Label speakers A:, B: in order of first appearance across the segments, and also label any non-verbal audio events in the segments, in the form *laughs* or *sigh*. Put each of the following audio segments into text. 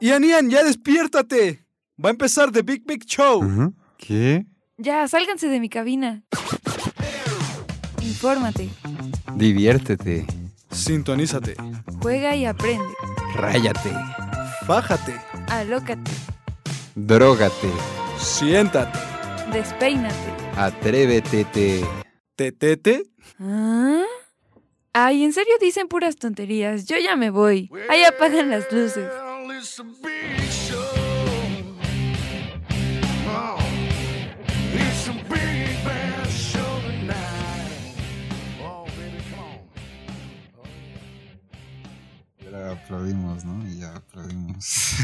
A: Ian, Ian, ya despiértate. Va a empezar The Big Big Show.
B: Ujú. ¿Qué?
C: Ya, sálganse de mi cabina. Infórmate,
B: Diviértete.
A: Sintonízate.
C: juega y aprende.
B: Ráyate.
A: Bájate.
C: Alócate,
B: Drógate.
A: Siéntate.
C: despeínate.
B: Atrévete. te.
A: Tetete.
C: ¿Ah? Ay, en serio dicen puras tonterías. Yo ya me voy. Ahí apagan las luces.
D: Well, it's a big show. Oh, it's a big bad show tonight. Oh, baby, come on.
E: Y ahora aplaudimos, ¿no? Y ya aplaudimos.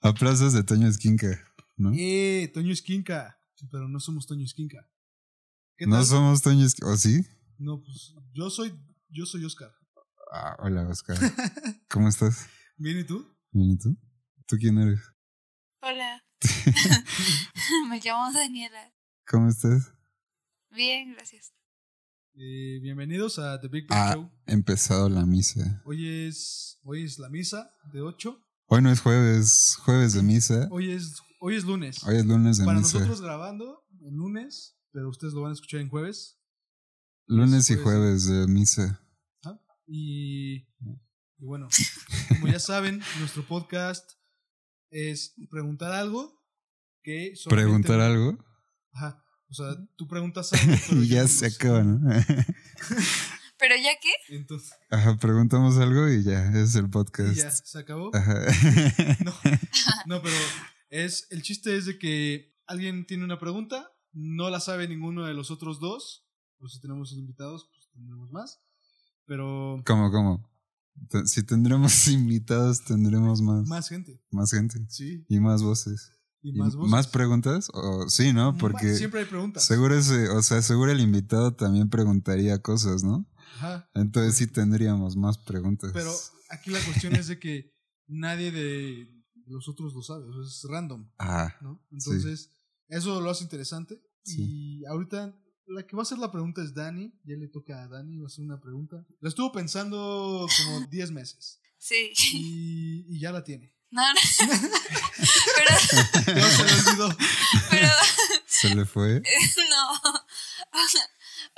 E: Aplausos de Toño Esquinca, ¿no?
F: Eh, Toño Esquinca. Pero no somos Toño Esquinca. ¿Qué
E: No
F: tal?
E: somos Toño Esquinca, ¿o sí?
F: No, pues yo soy, yo soy Oscar.
E: Ah, hola,
F: *laughs*
E: Oscar. ¿Cómo estás?
F: ¿Bien y tú?
E: Bien, ¿y tú? ¿Tú quién eres?
C: *laughs*
G: Hola. Me llamo Daniela.
E: ¿Cómo estás?
G: Bien, gracias.
F: Eh, bienvenidos a The Big Big
E: Ah.
F: Show.
E: He empezado la misa.
F: Hoy es, hoy es la misa de 8.
E: Hoy no es jueves, jueves de misa.
F: Hoy es, hoy es lunes.
E: Hoy es lunes de
F: Para
E: misa.
F: nosotros grabando el lunes, pero ustedes lo van a escuchar en jueves.
E: lunes y
F: jueves.
E: jueves de misa.
F: Y,
E: Mm. *laughs*
F: y bueno, como ya saben, nuestro podcast es preguntar algo que... solamente-
E: ¿Preguntar algo?
F: Ajá. O sea, tú
E: *laughs*
F: preguntas algo. pero
E: Y ya
F: yo-
E: se acaba, ¿no? *laughs*
G: ¿Pero ya qué?
F: Entonces, *laughs*
E: Ajá, preguntamos algo y ya, ese es el
F: y
E: podcast.
F: ya, se acabó.
E: ah.
F: *laughs*
E: Ajá.
F: No, no, pero es, el chiste es de que alguien tiene una pregunta, no la sabe ninguno de los otros dos, o si tenemos invitados, pues tendremos más, pero
E: ¿Cómo, cómo? Te- Si tendremos *laughs* invitados, tendremos más, más.
F: más gente,
E: gente
F: sí,
E: y más voces.
F: y
E: ¿Y
F: más voces.
E: preguntas? O, sí, ¿no? Porque
F: Siempre hay preguntas.
E: seguro ese- o sea, seguro el invitado también preguntaría cosas, ¿no?
F: Ajá,
E: Entonces sí tendríamos más preguntas.
F: pero aquí la cuestión es de que nadie de los otros lo sabe, o sea, es random,
E: Ah,
F: ¿no?
E: Sí.
F: Entonces, eso lo hace interesante.
E: Sí.
F: Y ahorita la que va a hacer la pregunta es Dani. Ya le toca a Dani, va a hacer una pregunta. La estuvo pensando
E: *laughs*
F: como 10 meses
G: Sí.
F: y, y ya la tiene.
G: No, no. pero,
F: Ya se le olvidó.
G: pero, eh,
E: se le fue.
G: no.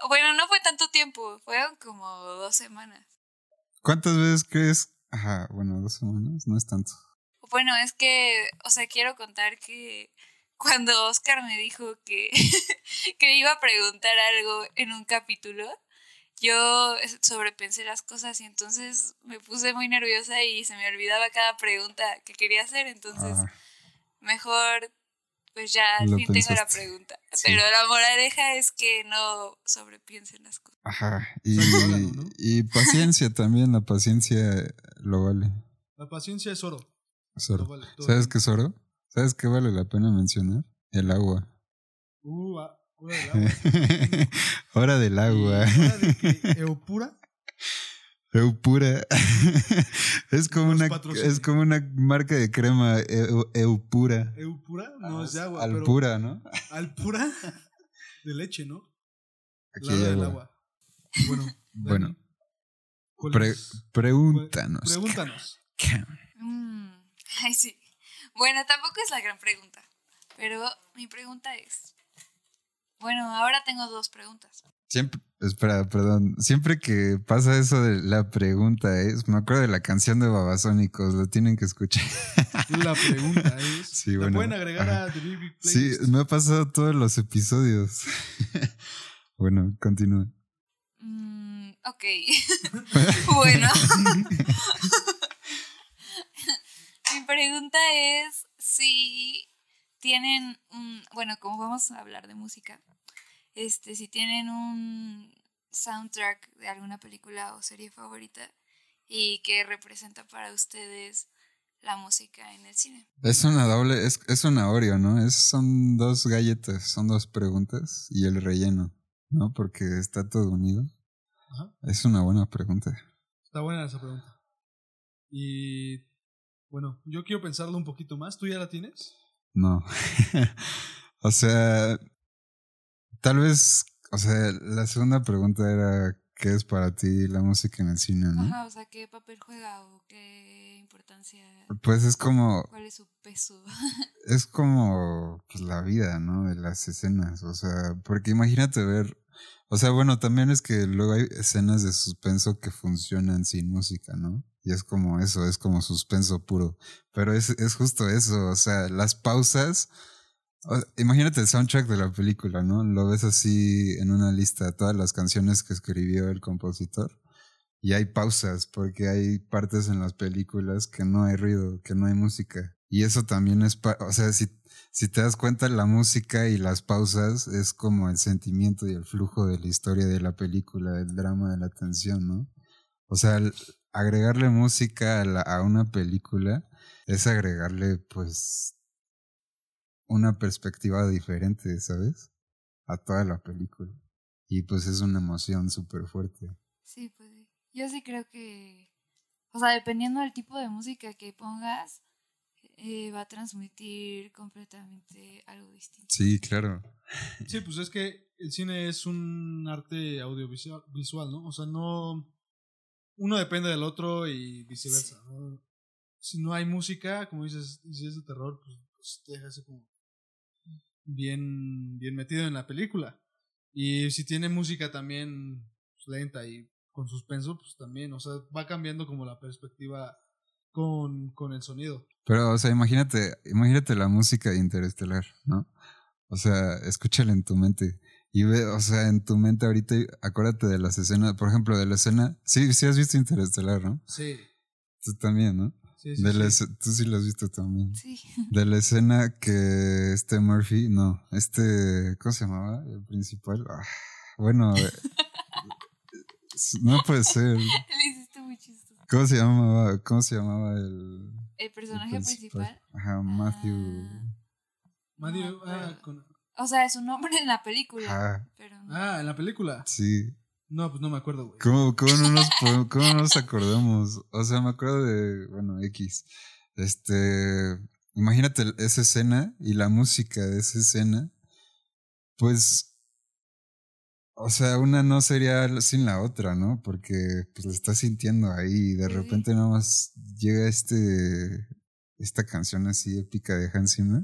G: Bueno, no fue tanto tiempo. Fueron como dos semanas.
E: ¿Cuántas veces crees? Ajá, bueno, dos semanas, no es tanto.
G: Bueno, es que, o sea, quiero contar que cuando Oscar me dijo que, *laughs* que iba a preguntar algo en un capítulo, yo sobrepensé las cosas y entonces me puse muy nerviosa y se me olvidaba cada pregunta que quería hacer. Entonces,
E: Ah,
G: mejor, pues ya al
E: Lo
G: fin tengo la
E: pensaste.
G: pregunta.
E: Sí.
G: Pero la moraleja es que no sobrepiensen las cosas.
E: ajá. Y,
F: Solo hágalo, ¿no?
E: y paciencia también, la paciencia lo vale.
F: La paciencia es oro.
E: Sor-
F: Lo vale todo.
E: ¿Sabes qué es oro? ¿Sabes qué vale la pena mencionar? El agua.
F: Uh, ah, hora del agua.
E: *laughs* Hora del agua.
F: Y hora de
E: *laughs*
F: que Eupura
E: Eupura. *laughs* es, como
F: Nos
E: una,
F: patrocina.
E: es como una marca de crema e, Eu- Eupura.
F: Eupura no es de agua, pero
E: Alpura, ¿no?
F: Alpura de leche, ¿no?
E: Aquí
F: La hora
E: hay
F: del
E: agua.
F: agua. Bueno, Dani,
E: *laughs* Bueno,
F: ¿cuál
E: pre-
F: es?
E: pregúntanos.
F: pregúntanos.
E: cabrón.
G: Mm, *laughs* Ay, sí. Bueno, tampoco es la gran pregunta. Pero mi pregunta es. Bueno, ahora tengo dos preguntas.
E: *laughs* Siempre, espera, perdón. Siempre que pasa eso de la pregunta es, me acuerdo de la canción de Babasónicos, lo tienen que escuchar. *laughs*
F: La pregunta es.
E: Sí,
F: ¿la
E: bueno,
F: pueden agregar
E: ajá.
F: a The Big Big
E: Sí,
F: Playlist?
E: me ha pasado todos los *laughs* episodios. bueno, continúa.
G: Mm, ok. *laughs* bueno. *laughs* mi pregunta es si tienen un. Bueno, como vamos a hablar de música, este, si tienen un soundtrack de alguna película o serie favorita y que representa para ustedes la música en el cine.
E: Es una doble, es, es una Oreo, ¿no? Es, son dos galletas, son dos preguntas y el relleno, ¿no? Porque está todo unido.
F: Ajá.
E: Es una buena pregunta.
F: Está buena esa pregunta. Y bueno, yo quiero pensarlo un poquito más. ¿Tú ya la tienes?
E: No. *laughs* o sea, tal vez, o sea, la segunda pregunta era qué es para ti la música en el cine, ¿no?
G: Ajá, o sea, ¿qué papel juega o qué importancia?
E: Pues es como,
G: ¿Cuál es su peso?
E: es como pues, la vida, ¿no? De las escenas, o sea, porque imagínate ver, o sea, bueno, también es que luego hay escenas de suspenso que funcionan sin música, ¿no? Y es como eso, es como suspenso puro, pero es, es justo eso, o sea, las pausas, o- imagínate el soundtrack de la película, ¿no? Lo ves así en una lista, todas las canciones que escribió el compositor. Y hay pausas, porque hay partes en las películas que no hay ruido, que no hay música. Y eso también es, pa- o sea, si, si te das cuenta, la música y las pausas es como el sentimiento y el flujo de la historia de la película, el drama, de la tensión, ¿no? O sea, al agregarle música a, la- a una película es agregarle, pues, una perspectiva diferente, ¿sabes? A toda la película. Y pues es una emoción súper fuerte.
G: Sí, pues sí. yo sí creo que, o sea, dependiendo del tipo de música que pongas, eh, va a transmitir completamente algo distinto.
E: Sí, claro.
F: Sí, pues es que el cine es un arte audiovisual, visual, ¿no? O sea, no. Uno depende del otro y viceversa, ¿no? Si no hay música, como dices, y si es de terror, pues, pues, te deja así como. Bien, bien metido en la película. Y si tiene música también pues, lenta y con suspenso, pues también, o sea, va cambiando como la perspectiva con, con el sonido.
E: Pero, o sea, imagínate, imagínate la música de interestelar, ¿no? O sea, escúchala en tu mente. Y ve, o sea, en tu mente ahorita, y acuérdate de las escenas, por ejemplo, de la escena. Sí, sí has visto Interestelar, ¿no?
F: Sí,
E: Tú también, ¿no?
F: sí, sí.
E: De la
F: sí.
E: esce- Tú sí la has visto también.
G: Sí, *laughs*
E: De la escena que este Murphy, no, este, ¿cómo se llamaba? El principal. Ah, bueno, eh, no puede ser.
G: le hiciste muy chistoso.
E: ¿Cómo se llamaba? ¿Cómo se llamaba el,
G: El
E: el
G: personaje principal,
E: Ajá, Matthew.
G: Ah. No
F: Mario,
G: me acuerdo.
F: ah, con-
G: o sea, es su nombre en la película,
E: Ajá,
G: pero no.
F: ah, en la película.
E: sí.
F: No, pues no me acuerdo, güey.
E: ¿Cómo, cómo no nos podemos- cómo no nos acordamos? O sea, me acuerdo de, bueno, X. Este, imagínate esa escena y la música de esa escena. Pues, o sea, una no sería sin la otra, ¿no? Porque pues lo estás sintiendo ahí y de
G: Sí.
E: repente nada más llega este, esta canción así épica de Hans Zimmer.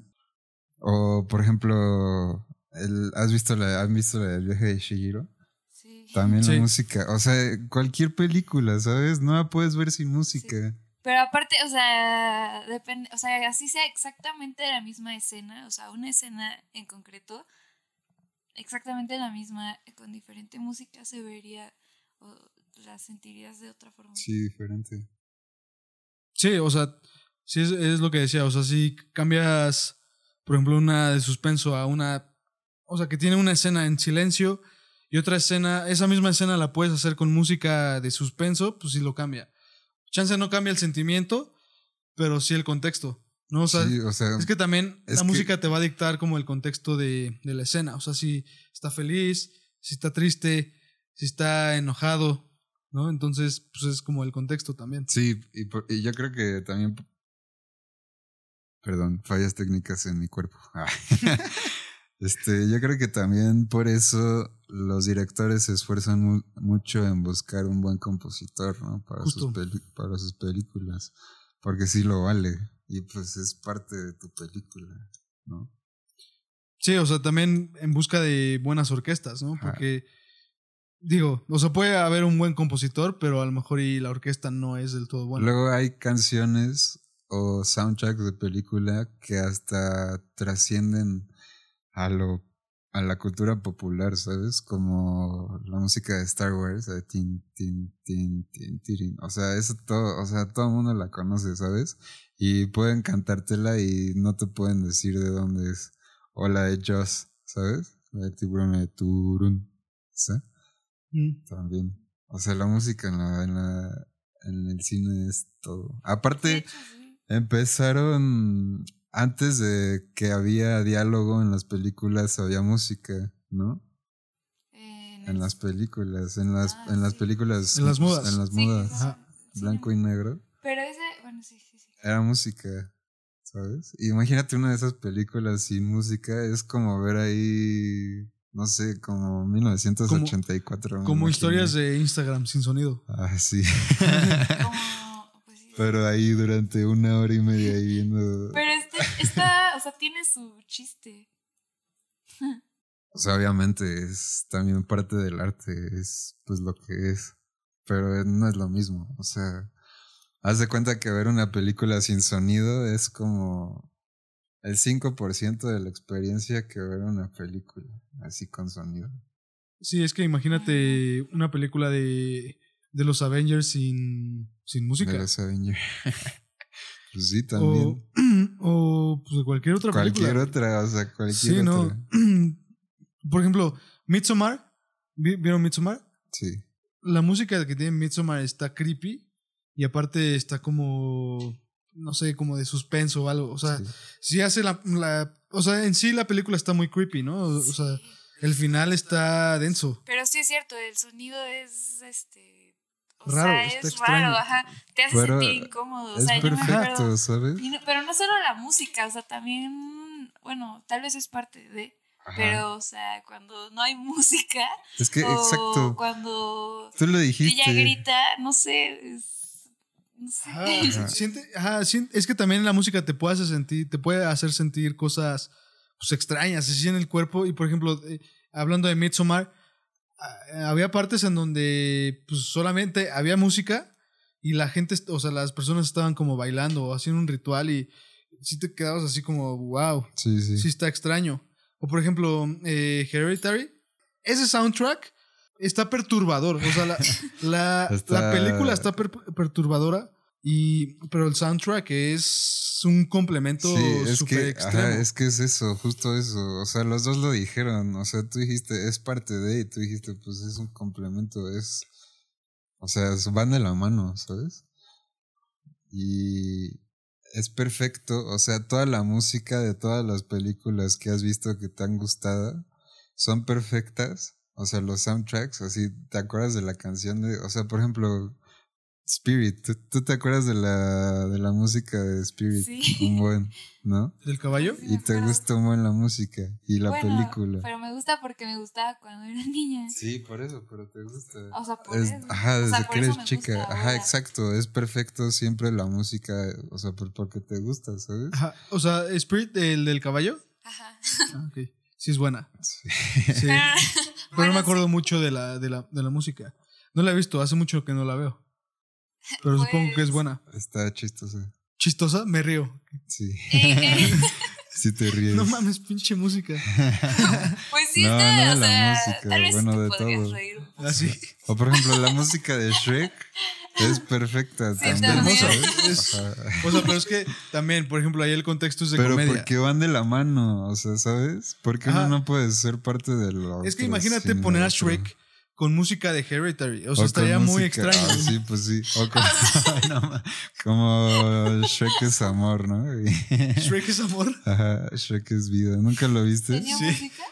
E: O, por ejemplo, el- ¿has visto la, ¿has visto la del viaje de Shihiro?
G: Sí.
E: También
F: Sí.
E: la música. O sea, cualquier película, ¿sabes? No la puedes ver sin música.
G: Pero aparte, o sea, depende, o sea, así sea exactamente la misma escena, o sea, una escena en concreto, exactamente la misma, con diferente música se vería o la sentirías de otra forma.
E: Sí, diferente.
F: Sí, o sea, sí es, es lo que decía. O sea, si cambias, por ejemplo, una de suspenso a una. O sea, que tiene una escena en silencio y otra escena, esa misma escena la puedes hacer con música de suspenso, pues sí lo cambia. Chance no cambia el sentimiento, pero sí el contexto. ¿No? O sea,
E: sí, o sea,
F: es que también
E: es
F: la
E: que-
F: música te va a dictar como el contexto de, de la escena. O sea, si está feliz, si está triste, si está enojado, ¿no? Entonces, pues es como el contexto también.
E: sí y, por- y yo creo que también... Perdón, fallas técnicas en mi cuerpo. Ah. *laughs* este, yo creo que también por eso los directores se esfuerzan mu- mucho en buscar un buen compositor, ¿no? Para, sus
F: Justo.
E: peli- para sus películas. Porque sí lo vale. Y pues es parte de tu película, ¿no?
F: Sí, o sea, también en busca de buenas orquestas, ¿no?
E: Ajá.
F: Porque, digo, o sea, puede haber un buen compositor, pero a lo mejor y la orquesta no es del todo buena.
E: Luego hay canciones o soundtracks de película que hasta trascienden a lo a la cultura popular, ¿sabes? Como la música de Star Wars, de tin tin tin tin tirin. O sea, eso todo, o sea, todo el mundo la conoce, ¿sabes? Y pueden cantártela y no te pueden decir de dónde es. O la de Joss, ¿sabes? La de tiburón la de Turun. ¿sabes?
F: Mm.
E: También. O sea, la música en, la, en, la- en el cine es todo.
G: De
E: Aparte,
G: hecho, sí.
E: empezaron antes de que había diálogo en las películas, había música, ¿no?
G: Eh, en
E: En
G: el-
E: las películas, en las,
G: Ah,
E: en las
G: sí.
E: películas.
F: En las mudas.
E: En las
G: Sí,
E: mudas.
G: sí, sí,
F: Ajá.
G: sí,
E: Blanco
G: no.
E: y negro.
G: Pero ese, bueno, sí,
E: *laughs*
G: sí, sí.
E: Era música, ¿sabes? Imagínate una de esas películas sin música, es como ver ahí no sé, como 1984. me
F: Como
E: imagino.
F: historias de Instagram sin sonido.
E: Ah, sí.
G: Como, pues, sí.
E: Pero ahí durante una hora y media ahí viendo.
G: *laughs* Pero este, esta, o sea, tiene su chiste.
E: O sea, obviamente es también parte del arte, es pues lo que es. Pero no es lo mismo. O sea, haz de cuenta que ver una película sin sonido es como el 5% de la experiencia que ver una película así con sonido.
F: Sí, es que imagínate una película de, de los Avengers sin, sin música.
E: De los Avengers. *laughs* pues sí, también.
F: o, *clears throat* o pues, de cualquier otra
E: cualquier
F: película.
E: otra, o sea, cualquier
F: Sí,
E: otra.
F: no. *clears throat* Por ejemplo, Midsommar. ¿Vi- ¿Vieron Midsommar?
E: Sí.
F: La música que tiene Midsommar está creepy y aparte está como, no sé, como de suspenso o algo. O sea,
E: sí.
F: sí hace la, la- O sea, en sí la película está muy creepy, ¿no? O, o sea, el final está denso.
G: Pero sí es cierto, el sonido es este. O
F: Raro,
G: sea,
F: está
G: es
F: extraño.
G: raro, ajá. Te hace
E: Pero
G: sentir incómodo. O
E: Es
G: sea, yo me acuerdo.
E: perfecto, ¿sabes?
G: Y no- pero no solo la música, o sea, también. Bueno, tal vez es parte de.
E: Ajá.
G: Pero, o sea, cuando no hay *laughs* música.
E: es que,
G: o
E: exacto.
G: cuando
E: Tú lo
G: ella
E: dijiste.
G: grita, no sé. es- no sé.
E: Ah,
F: Ajá. Siente- ajá, sien- es que también la música te puede hacer sentir, te puede hacer sentir cosas pues, extrañas, así en el cuerpo. Y por ejemplo, eh, hablando de Midsommar, a- había partes en donde pues, solamente había música y la gente, est- o sea, las personas estaban como bailando o haciendo un ritual y si te quedabas así como, wow,
E: Sí, sí.
F: sí está extraño. O por ejemplo, eh, Hereditary. Ese soundtrack está perturbador. O
E: *laughs*
F: sea, la, la-
E: Está-
F: la película está per- perturbadora. Y, pero el soundtrack es un complemento
E: Sí, es
F: súper
E: que,
F: extremo.
E: ajá, es que es eso, justo eso. O sea, los dos lo dijeron. O sea, tú dijiste, es parte de, y tú dijiste, pues es un complemento, es. O sea, es- van de la mano, ¿sabes? Y es perfecto. O sea, toda la música de todas las películas que has visto que te han gustado son perfectas. O sea, los soundtracks, así, ¿te acuerdas de la canción de. O sea, por ejemplo. Spirit, ¿tú, tú te acuerdas de la, de la música de Spirit?
G: Sí.
E: Un buen, ¿no?
F: ¿Del caballo?
G: Sí, me
E: Y te
G: acuerdo.
E: gusta un buen la música y la
G: *laughs* Bueno,
E: película.
G: Pero me gusta porque me gustaba cuando era niña.
E: Sí, por eso, pero te gusta.
G: O sea, por
E: Es- ah,
G: eso.
E: ajá,
G: O sea,
E: desde
G: por
E: que
G: eso
E: eres
G: me
E: chica.
G: gusta
E: Ajá,
G: ahora.
E: exacto. Es perfecto siempre la música, o sea, por- porque te gusta, ¿sabes?
F: Ajá, O sea, Spirit, el
E: *laughs*
F: del caballo.
G: Ajá. Ah.
F: Ah, ok. Sí, es buena.
E: Sí.
F: Sí.
G: Pero,
E: *laughs*
F: Pero no
G: bueno,
F: me acuerdo mucho de la, de, la, de la música. No la he visto, hace mucho que no la veo. Pero supongo que es
G: Pues-
F: buena.
E: Está chistosa.
F: Chistosa, me río.
E: Sí.
G: sí, *laughs* eh,
E: sí te ríes.
F: No mames, pinche música.
G: pues sí,
E: No,
G: está,
E: no de
G: o
E: la
G: sea,
E: música,
G: tal vez
E: bueno,
G: te
E: de
G: podrías
E: todo.
G: reír un poco.
F: Así.
E: O por ejemplo, la música de Shrek es perfecta
G: Sí,
E: también.
G: también.
E: ¿sabes?
F: Es-
E: Ajá.
F: O sea, pero es que también, por ejemplo, ahí el contexto es de
E: Pero
F: comedia.
E: porque van de la mano, o sea, ¿sabes? Porque
F: Ajá.
E: uno no puede ser parte de lo
F: es que
E: otro
F: imagínate
E: sin lo
F: poner a
E: otro.
F: Shrek con música de Hereditary. O sea,
E: con
F: estaría muy
E: música.
F: extraño.
E: Ah, sí, pues sí. O *laughs* como, no ma- como Shrek es amor, ¿no?
F: *laughs* Shrek es amor.
E: Ajá, Shrek es vida. ¿Nunca lo viste?
G: ¿Tenía
E: *laughs*
F: Sí.
G: música?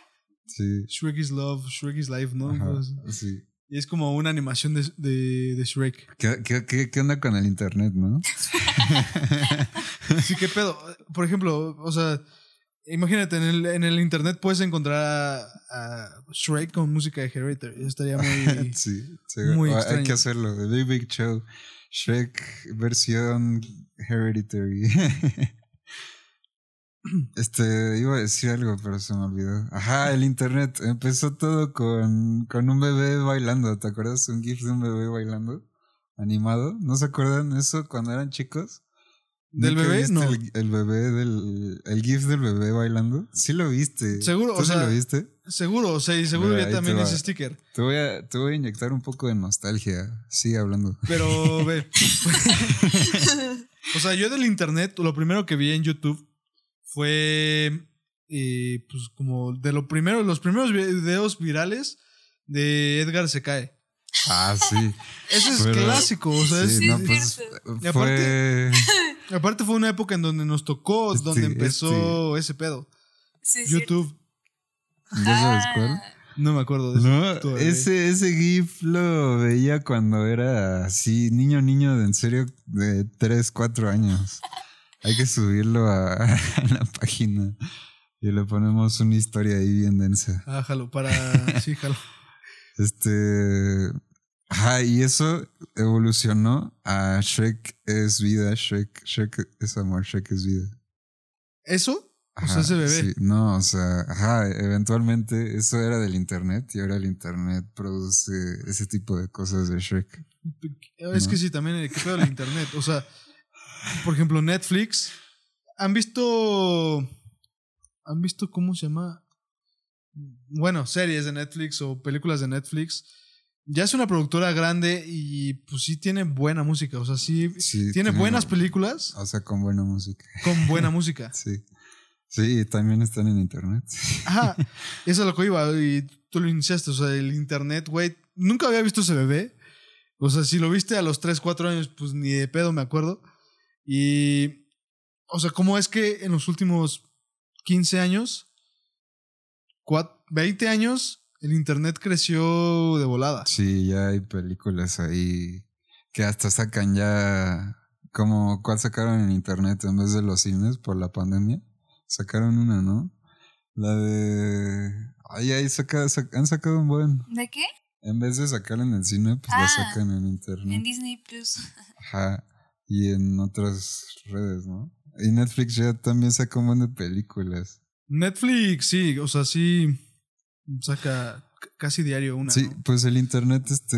E: Sí.
F: Shrek is love, Shrek is life, ¿no? pues.
E: Ajá,
F: Entonces,
E: sí.
F: y es como una animación de, de, de Shrek.
E: ¿Qué, qué, qué, qué onda con el internet, no?
F: Así que pedo. Por ejemplo, o sea, imagínate, en el, en el internet puedes encontrar a, a Shrek con música de Hereditary. Estaría muy.
E: *laughs* Sí, sí.
F: Muy
E: O- Hay
F: extraño.
E: que hacerlo. The Big Big Show. Shrek versión Hereditary. *laughs* Este, iba a decir algo, pero se me olvidó. Ajá, el internet. Empezó todo con, con un bebé bailando. ¿Te acuerdas? Un GIF de un bebé bailando. Animado. ¿No se acuerdan eso cuando eran chicos?
F: ¿Del
E: ¿Nunca
F: bebé?
E: viste
F: No.
E: El, el bebé del. El GIF del bebé bailando. Sí lo viste.
F: Seguro,
E: ¿Tú
F: o
E: sí
F: sea-
E: lo viste?
F: Seguro, o sea, y seguro
E: Mira, ahí
F: ya
E: te
F: también
E: va.
F: es sticker.
E: Te voy, a, te voy a inyectar un poco de nostalgia. Sigue hablando.
F: Pero ve. o sea, yo del internet, lo primero que vi en YouTube fue. eh, pues como de lo primero, los primeros videos virales de Edgar se cae.
E: Ah, sí.
F: Ese es
E: Pero-
F: clásico. O sea, es-
E: sí,
G: sí,
E: no,
G: es
E: pues.
G: cierto.
F: Y
E: Fue.
F: aparte- Aparte fue una época en donde nos tocó,
E: Este,
F: donde empezó ese pedo.
G: Sí, es cierto.
F: YouTube.
E: ¿Ya sabes cuál?
G: *laughs* Ah,
F: No me acuerdo de eso. Tú,
E: No,
F: bebé.
E: ese, ese GIF lo veía cuando era así, niño, niño, de en serio, de *laughs* 3, 4 años. Hay que subirlo a, a la página. Y le ponemos una historia ahí bien densa.
F: Ah, jalo, para.
E: *laughs*
F: Sí, jalo.
E: Este. Ajá, y eso evolucionó a Shrek es vida, Shrek, Shrek es amor, Shrek es vida.
F: ¿Eso? O sea,
E: Ajá,
F: ese bebé.
E: sí, no, o sea, ajá, eventualmente eso era del internet y ahora el internet produce ese tipo de cosas de Shrek.
F: Es que sí, también, eh, ¿qué pedo el internet? O sea, por ejemplo, Netflix. ¿Han visto. ¿Han visto cómo se llama? Bueno, series de Netflix o películas de Netflix. Ya es una productora grande y pues sí tiene buena música. O sea, sí.
E: Sí,
F: tiene buenas películas
E: O sea, con buena música, *laughs*
F: con *laughs* buena música.
E: sí. Sí, y también están en internet.
F: Ajá, eso es lo que iba. Y tú lo iniciaste, o sea, el internet, güey. Nunca había visto ese bebé. O sea, si lo viste a los 3, 4 años, pues ni de pedo me acuerdo. Y. O sea, ¿cómo es que en los últimos 15 años, cua- 20 años, el internet creció de volada?
E: Sí, ya hay películas ahí que hasta sacan ya, como cuál sacaron en internet en vez de los cines por la pandemia. Sacaron una, ¿no? La de... Ay, ahí saca- sa- han sacado un buen.
G: ¿De qué?
E: En vez de sacarla en el cine, pues
G: Ah,
E: la sacan en
G: En
E: internet.
G: Disney Plus.
E: Ajá. Y en otras redes, ¿no? Y Netflix ya también saca un buen de películas.
F: Netflix, sí, o sea, sí. Saca c- casi diario una.
E: sí,
F: ¿no?
E: pues el internet, este.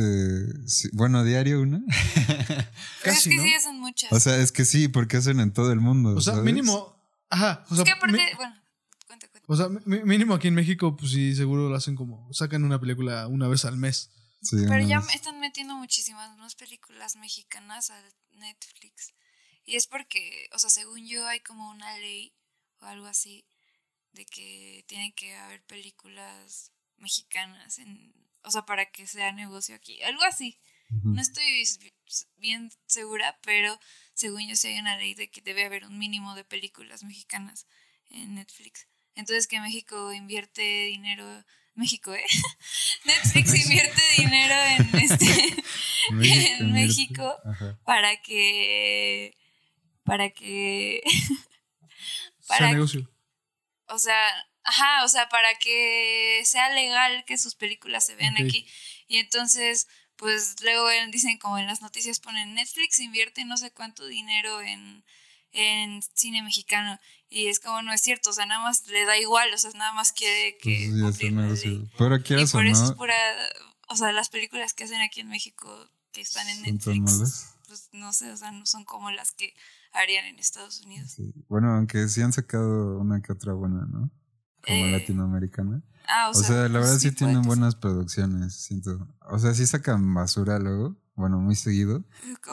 E: sí, bueno, diario una.
G: Pero
F: Casi,
G: es que
F: ¿no?
G: sí, son muchas.
E: o sea, es que sí, porque hacen en todo el mundo.
F: O sea,
E: Pues, ¿sabes?
F: mínimo. Ajá. O
G: es
F: sea,
G: que aparte,
F: mi-
G: bueno, cuenta, cuenta.
F: O sea, mi- mi- mínimo aquí en México, pues sí, seguro lo hacen como. Sacan una película una vez al mes.
E: Sí,
G: Pero
E: una
G: ya
E: vez.
G: están metiendo muchísimas más películas mexicanas a Netflix. Y es porque, o sea, según yo hay como una ley o algo así de que tienen que haber películas mexicanas en, o sea, para que sea negocio aquí, algo así.
E: Ujú.
G: No estoy s- bien segura, pero según yo sí hay una ley de que debe haber un mínimo de películas mexicanas en Netflix. Entonces que México invierte dinero, México, ¿eh? Netflix invierte dinero en este
E: México,
G: *laughs* *laughs* en
E: mira.
G: México
E: Ajá.
G: para que para que
F: Para
G: Para-
F: negocio.
G: o sea ajá o sea para que sea legal que sus películas se vean
F: Ok.
G: aquí y entonces pues luego en- dicen como en las noticias ponen Netflix invierte no sé cuánto dinero en en cine mexicano y es como no es cierto o sea nada más le da igual o sea nada más quiere
E: Pues sí,
G: que
E: es
G: cumplir
E: un
G: la
E: negocio.
G: ley.
E: Pero
G: y
E: quieras o
G: por eso es
E: no.
G: pura o sea las películas que hacen aquí en México que están en
E: son tan
G: Netflix
E: malas.
G: pues no sé, o sea, no son como las que harían en Estados Unidos.
E: Sí. Bueno, aunque sí han sacado una que otra buena, ¿no? Como
G: Eh,
E: latinoamericana.
G: Ah,
E: O sea, la verdad sí, tienen
G: *laughs* buenos
E: buenas producciones, siento. O sea, sí sacan basura luego, bueno, muy seguido,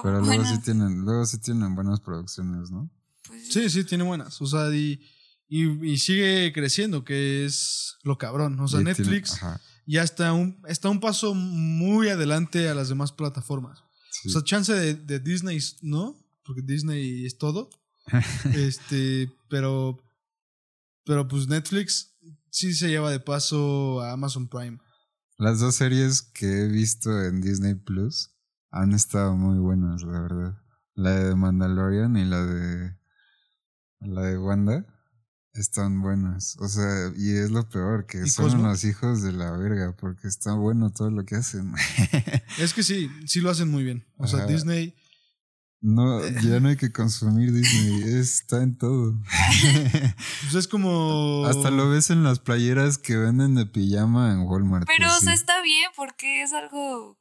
E: pero luego sí tienen, luego sí tienen buenas producciones, ¿no?
G: pues
F: Sí, sí, tiene buenas. O sea, y, y, y sigue creciendo, que es lo cabrón. O sea,
E: Y tienen-
F: Netflix
E: ajá,
F: ya está un, está un paso muy adelante a las demás plataformas.
E: sí.
F: O sea, chance de, de Disney, ¿no? Porque Disney es
E: *laughs*
F: todo. este, pero. Pero pues Netflix sí se lleva de paso a Amazon Prime.
E: Las dos series que he visto en Disney Plus han estado muy buenas, la verdad. La de Mandalorian y la de la de Wanda están buenas. O sea, y es lo peor, que
F: ¿Y
E: son
F: Cosmo?
E: unos hijos de la verga, porque está bueno todo lo que hacen.
F: Es que sí, sí lo hacen muy bien. O sea,
E: Ajá.
F: Disney.
E: No,
G: *laughs*
E: ya no hay que consumir Disney, está en todo.
F: Pues es como.
E: Hasta
G: Oh.
E: lo ves en las playeras que venden de pijama en Walmart. pues,
G: Pero, o
E: así.
G: sea, está bien porque es algo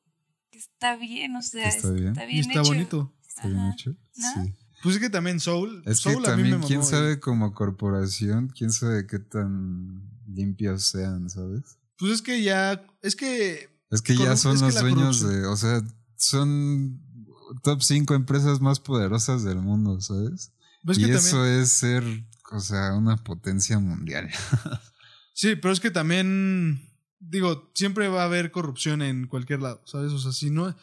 G: que está bien, o sea,
E: Está bien.
F: Y está
G: hecho.
F: bonito.
E: Está bien
G: Ajá.
E: hecho.
G: ¿No?
E: Sí.
F: Pues es que también Soul.
E: Es
F: Soul
E: que
F: a mí me
E: también,
F: mamó. eh.
E: quién
F: güey.
E: sabe como corporación, quién sabe qué tan limpios sean, ¿sabes?
F: Pues es que ya. Es que.
E: Es que
F: Corru-
E: ya son
F: es que
E: los
F: la
E: dueños
F: corrupción-
E: de, o sea, son top 5 empresas más poderosas del mundo, ¿sabes?
F: pues
E: y
F: es que
E: eso
F: también.
E: es ser, o sea, una potencia mundial.
F: Sí, pero es que también. Digo, siempre va a haber corrupción en cualquier lado, ¿sabes? O sea, si no.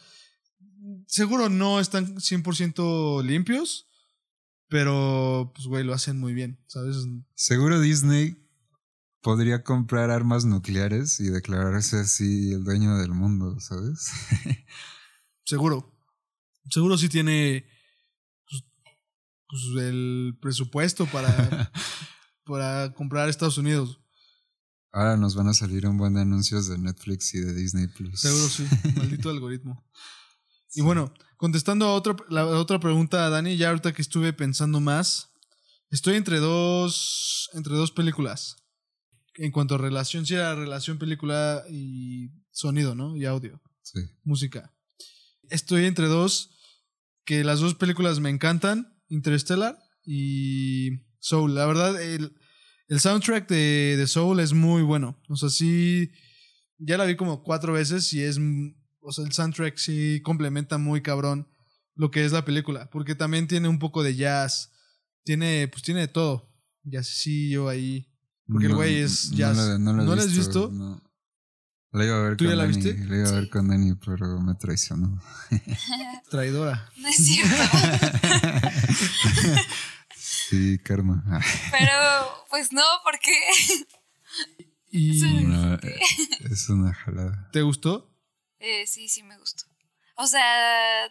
F: Seguro no están 100% limpios, pero pues, güey, lo hacen muy bien, ¿sabes?
E: Seguro Disney podría comprar armas nucleares y declararse así el dueño del mundo, ¿sabes?
F: Seguro. Seguro
E: *laughs*
F: sí tiene. Pues, pues, el presupuesto para para comprar Estados Unidos.
E: Ahora nos van a salir un buen de anuncios de Netflix y de Disney Plus.
F: Seguro sí, maldito algoritmo. Y bueno, contestando a otra, la otra pregunta, Dani, ya ahorita que estuve pensando más, estoy entre dos, entre dos películas. En cuanto a relación, sí era relación película y sonido, ¿no? Y audio,
E: Sí.
F: música. Estoy entre dos, que las dos películas me encantan, Interstellar y Soul. La verdad, el, el soundtrack de, de Soul es muy bueno. O sea, sí, ya la vi como cuatro veces y es, m- o sea, el soundtrack sí complementa muy cabrón lo que es la película, porque también tiene un poco de jazz, tiene, pues tiene de todo, jazzillo ahí. Porque el güey es jazz.
E: la- la he
F: ¿No la has visto?
E: no. La iba a ver
F: ¿Tú ya
E: con
F: la
E: Dani,
F: viste?
E: La iba a ver
G: Sí.
E: con Dani, pero me traicionó.
F: Traidora.
G: *laughs* No es cierto. *laughs*
E: Sí, karma. *laughs* Ah,
G: Pero, pues no, porque *laughs*
F: ¿Y
E: no, eh, es una jalada.
F: te gustó?
G: eh, sí, sí me gustó. O sea,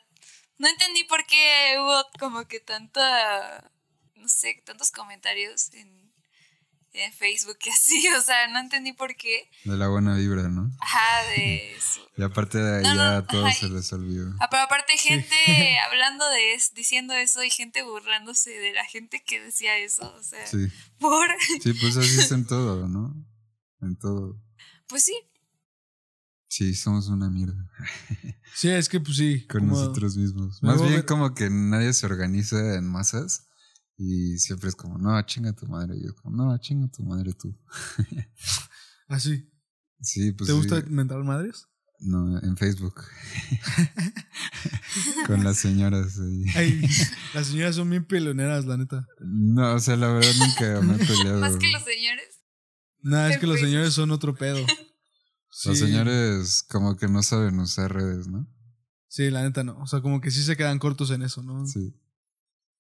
G: no entendí por qué hubo como que tanta, no sé, tantos comentarios en, en Facebook y así. *laughs* O sea, no entendí por qué.
E: De la buena vibra, ¿no? *laughs*
G: Ajá, de eso.
E: Y aparte de
G: No,
E: ya
G: no,
E: a todos
G: ay.
E: se les olvidó.
G: Ah, pero aparte gente
E: *laughs*
G: hablando de es, diciendo eso y gente burlándose de la gente que decía eso, o sea,
E: Sí.
G: por *laughs*
E: Sí, pues así es en todo, ¿no? En todo.
G: pues sí,
E: Sí, somos una mierda.
F: Sí, es que pues sí.
E: Con
F: como-
E: nosotros mismos.
F: Me
E: Más
F: voy a
E: bien
F: ver-
E: como que nadie se organiza en masas. Y siempre es como, no, chinga tu madre. Y yo como, no, chinga tu madre tú.
F: Así.
E: Sí, pues
F: ¿Te
E: sí.
F: gusta inventar
E: *laughs*
F: madres?
E: No, en
F: *laughs*
E: Facebook. Con las señoras. ahí.
F: Ay, las señoras son bien peloneras, la neta.
E: No, o sea, la verdad nunca
F: *laughs*
E: me he peleado.
G: más que los señores.
F: Nah, es que los
G: Perfecto.
F: señores son
E: *laughs*
F: otro pedo.
E: Los
F: Sí.
E: señores como que no saben usar redes, ¿no?
F: Sí, la neta no. O sea, como que sí se quedan cortos en eso, ¿no?
E: Sí.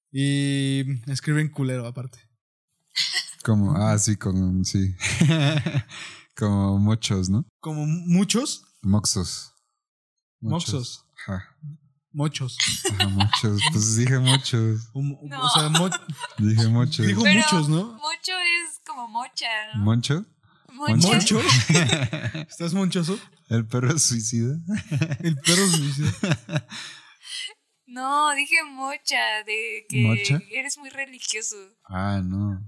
F: Y escriben culero aparte.
E: Como, ah, sí, con, sí. *laughs* como mochos, ¿no?
F: Como muchos,
E: Moxos.
F: moxos,
E: Ajá.
F: mochos.
E: Ajá, mochos. Pues dije mochos.
F: O, mo-
G: No.
F: o sea,
E: *laughs*
F: mo-
E: Dije mochos.
F: dijo
G: Pero-
F: muchos, ¿no?
G: Mocho es como mocha, ¿no?
E: ¿Moncho? Moncho. *laughs*
G: Mocha.
F: ¿Moncho? ¿Estás monchoso?
E: ¿El perro suicida?
F: El perro suicida.
G: No, dije mocha de que
E: ¿Mocha?
G: eres muy religioso.
E: Ah, no.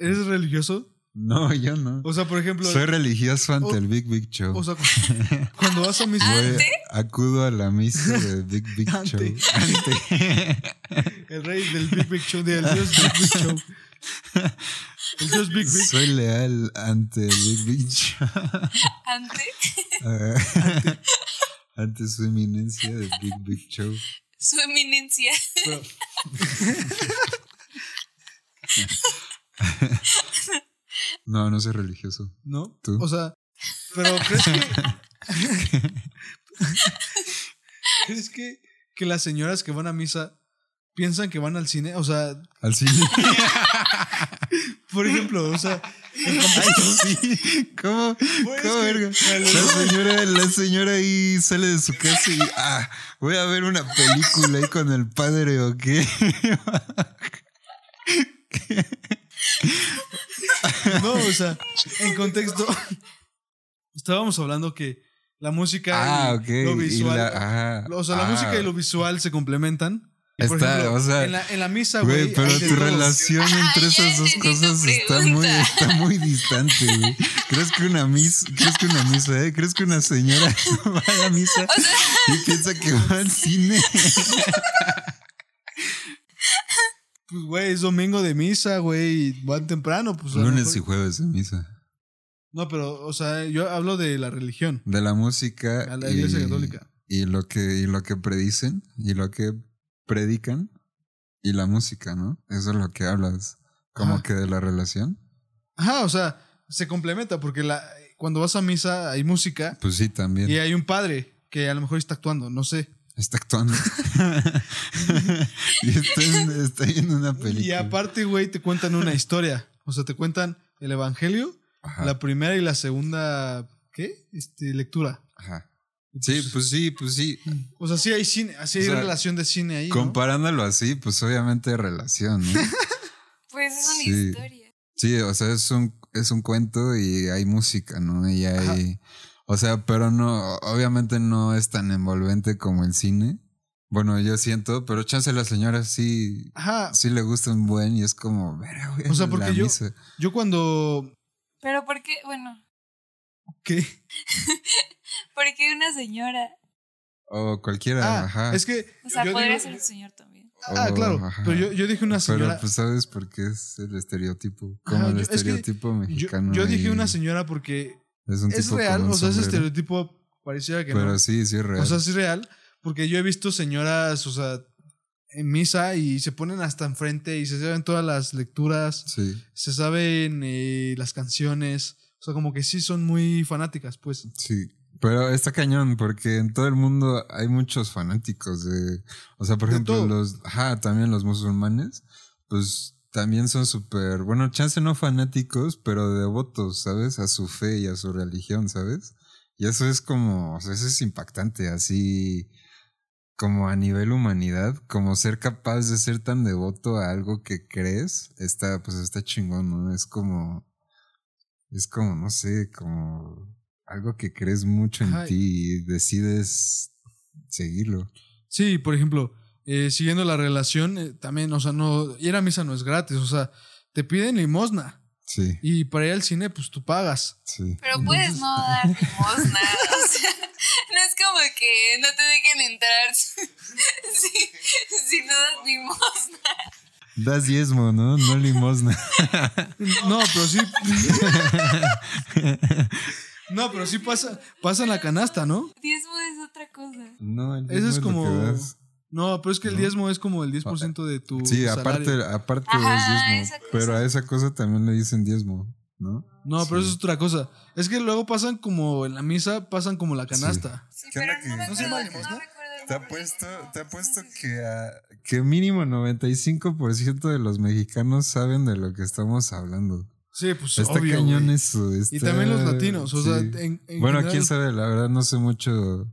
F: ¿Eres religioso?
E: No, yo no.
F: O sea, por ejemplo,
E: Soy religioso ante
F: O-
E: el Big Big Show.
F: o
E: *laughs*
F: sea, cu- cuando vas a misa,
E: Voy- acudo a la misa de Big Big
F: Ante.
E: Show. Ante.
F: el rey del Big Big Show, del dios Big Big Show. El dios Big Big
E: Soy leal ante el Big Big Show.
G: Ante *laughs*
E: Ah, ante, ante su eminencia de Big Big Show.
G: su eminencia.
F: Pero-
E: No, no soy religioso.
F: ¿No?
E: ¿Tú?
F: O sea, pero ¿crees que. *laughs* ¿Crees que, que las señoras que van a misa piensan que van al cine? O sea,
E: Al cine.
F: por ejemplo, o sea. el compa-
E: Ay, sí. ¿Cómo?
F: Güey, es
E: ¿Cómo,
F: que-
E: verga? La señora, la señora ahí sale de su casa y. Ah, voy a ver una película ahí con el padre o qué.
F: No, o sea, en contexto. Estábamos hablando que la música
E: Ah,
F: y
E: ok.
F: lo
E: Y
F: visual.
E: la, ajá,
F: o sea, la
E: ah.
F: música y lo visual se complementan. Y, por
E: Está,
F: ejemplo,
E: o sea,
F: en la, en la misa,
E: Güey,
F: güey.
E: pero
F: hay de
E: tu
F: todo.
E: relación entre
G: Ay, ya
E: esas dos
G: entendí tu
E: cosas está
G: pregunta.
E: muy, está muy distante, güey. ¿Crees que una misa, crees que una misa, eh? ¿Crees que una señora *laughs* va a la misa y piensa que va al cine?
F: Pues, güey, es domingo de misa, güey. y Van temprano, pues. a lo
E: Lunes
F: mejor-
E: y jueves de misa.
F: No, pero, o sea, yo hablo de la religión,
E: De la música.
F: a la iglesia
E: y-
F: católica.
E: Y lo que, y lo que predicen, y lo que predican, y la música, ¿no? Eso es lo que hablas. Como
F: Ajá.
E: que de la relación.
F: Ajá, o sea, se complementa porque la, cuando vas a misa hay música
E: Pues sí, también.
F: y hay un padre que a lo mejor está actuando, no sé.
E: Está
F: *laughs*
E: actuando. *laughs* y está en, está en una película.
F: Y aparte, güey, te
E: *laughs*
F: cuentan una historia. O sea, te cuentan el evangelio,
E: Ajá.
F: la primera y la segunda, ¿qué? Este, lectura.
E: Ajá.
F: Y
E: Sí,
F: pues-
E: pues sí, pues sí.
F: O sea, sí hay cine, así
E: O
F: hay
E: sea,
F: relación de cine ahí. ¿no? *laughs*
E: Comparándolo así, pues obviamente relación, ¿no?
G: Pues es una
E: Sí.
G: historia.
E: Sí, o sea, es un, es un cuento y hay música, ¿no? Y hay. O sea, pero no, obviamente no es tan envolvente como el cine. Bueno, yo siento, pero chance la señora sí,
F: Ajá,
E: sí le gusta un buen y es como, verga, güey.
F: O sea,
E: la
F: porque yo-
E: misa".
F: yo cuando...
G: Pero ¿por qué? Bueno,
F: ¿Qué?
G: ¿por qué una señora?
E: O cualquiera,
F: Ah,
E: ajá.
F: es que...
G: O sea,
F: yo
G: podría
F: digo-
G: ser un señor también.
F: Ah,
E: Oh,
F: claro,
E: ajá.
F: pero yo, yo dije una señora...
E: Pero pues sabes por qué es el estereotipo.
F: Ajá,
E: Como el
F: yo- es que
E: estereotipo
F: yo,
E: mexicano.
F: yo dije
E: y
F: una señora porque
E: Es, un
F: es
E: tipo
F: real,
E: con un
F: o sea, ese
E: sombrero.
F: estereotipo pareciera que
E: Pero
F: no.
E: sí, sí es real.
F: O sea, es real, porque yo he visto señoras, o sea, en misa y se ponen hasta enfrente y se saben todas las lecturas,
E: sí,
F: se saben eh, las canciones, o sea, como que sí son muy fanáticas, pues.
E: sí. Pero está cañón porque en todo el mundo hay muchos fanáticos de... O sea, por
F: De
E: ejemplo,
F: todo.
E: los... Ajá, también los musulmanes, pues también son súper... Bueno, chance no fanáticos, pero devotos, ¿sabes? A su fe y a su religión, ¿sabes? Y eso es como... O sea, eso es impactante, así... Como a nivel humanidad, como ser capaz de ser tan devoto a algo que crees, está, pues está chingón, ¿no? Es como... Es como, no sé, como algo que crees mucho en
F: Ajá.
E: ti y decides seguirlo.
F: Sí, por ejemplo, eh, siguiendo la relación, eh, también, o sea, no, ir a misa no es gratis, o sea, te piden limosna
E: Sí,
F: y para ir al cine, pues tú pagas.
E: sí.
G: Pero puedes
E: *laughs*
G: no dar limosna. O sea, *laughs* no es como que no te dejen entrar *laughs* si, si- si no das limosna.
E: Das diezmo, ¿no? No
F: *laughs*
E: limosna.
F: No, pero sí. *laughs* no, pero sí pasa, pasa en la canasta, ¿no?
G: Diezmo es otra cosa.
E: No, el
F: Eso
E: diezmo
F: es
E: lo
F: como.
E: que das.
F: No, pero es que el
E: ¿No? Ah,
F: diezmo es como el 10% de tu.
E: Sí,
F: salario.
E: aparte, aparte
G: Ajá,
E: das
G: esa
E: diezmo.
G: cosa.
E: Pero a esa cosa también le dicen diezmo, ¿no?
F: No, pero
E: Sí.
F: eso es otra cosa. Es que luego pasan como en la misa, pasan como la canasta.
G: Sí,
E: ¿Qué
G: pero
E: onda que-
G: no me
E: ¿No
F: se
G: acuerdo.
F: llama limosna?
G: no recuerdo el
E: Te
G: nombre.
E: apuesto, te apuesto que, a- que mínimo 95% de los mexicanos saben de lo que estamos hablando.
F: Sí, pues
E: Está
F: obvio.
E: Este cañón
F: güey.
E: eso.
F: Y
E: está-
F: también los latinos, o
E: sí.
F: sea, en, en
E: Bueno,
F: general-
E: quién sabe, la verdad no sé mucho.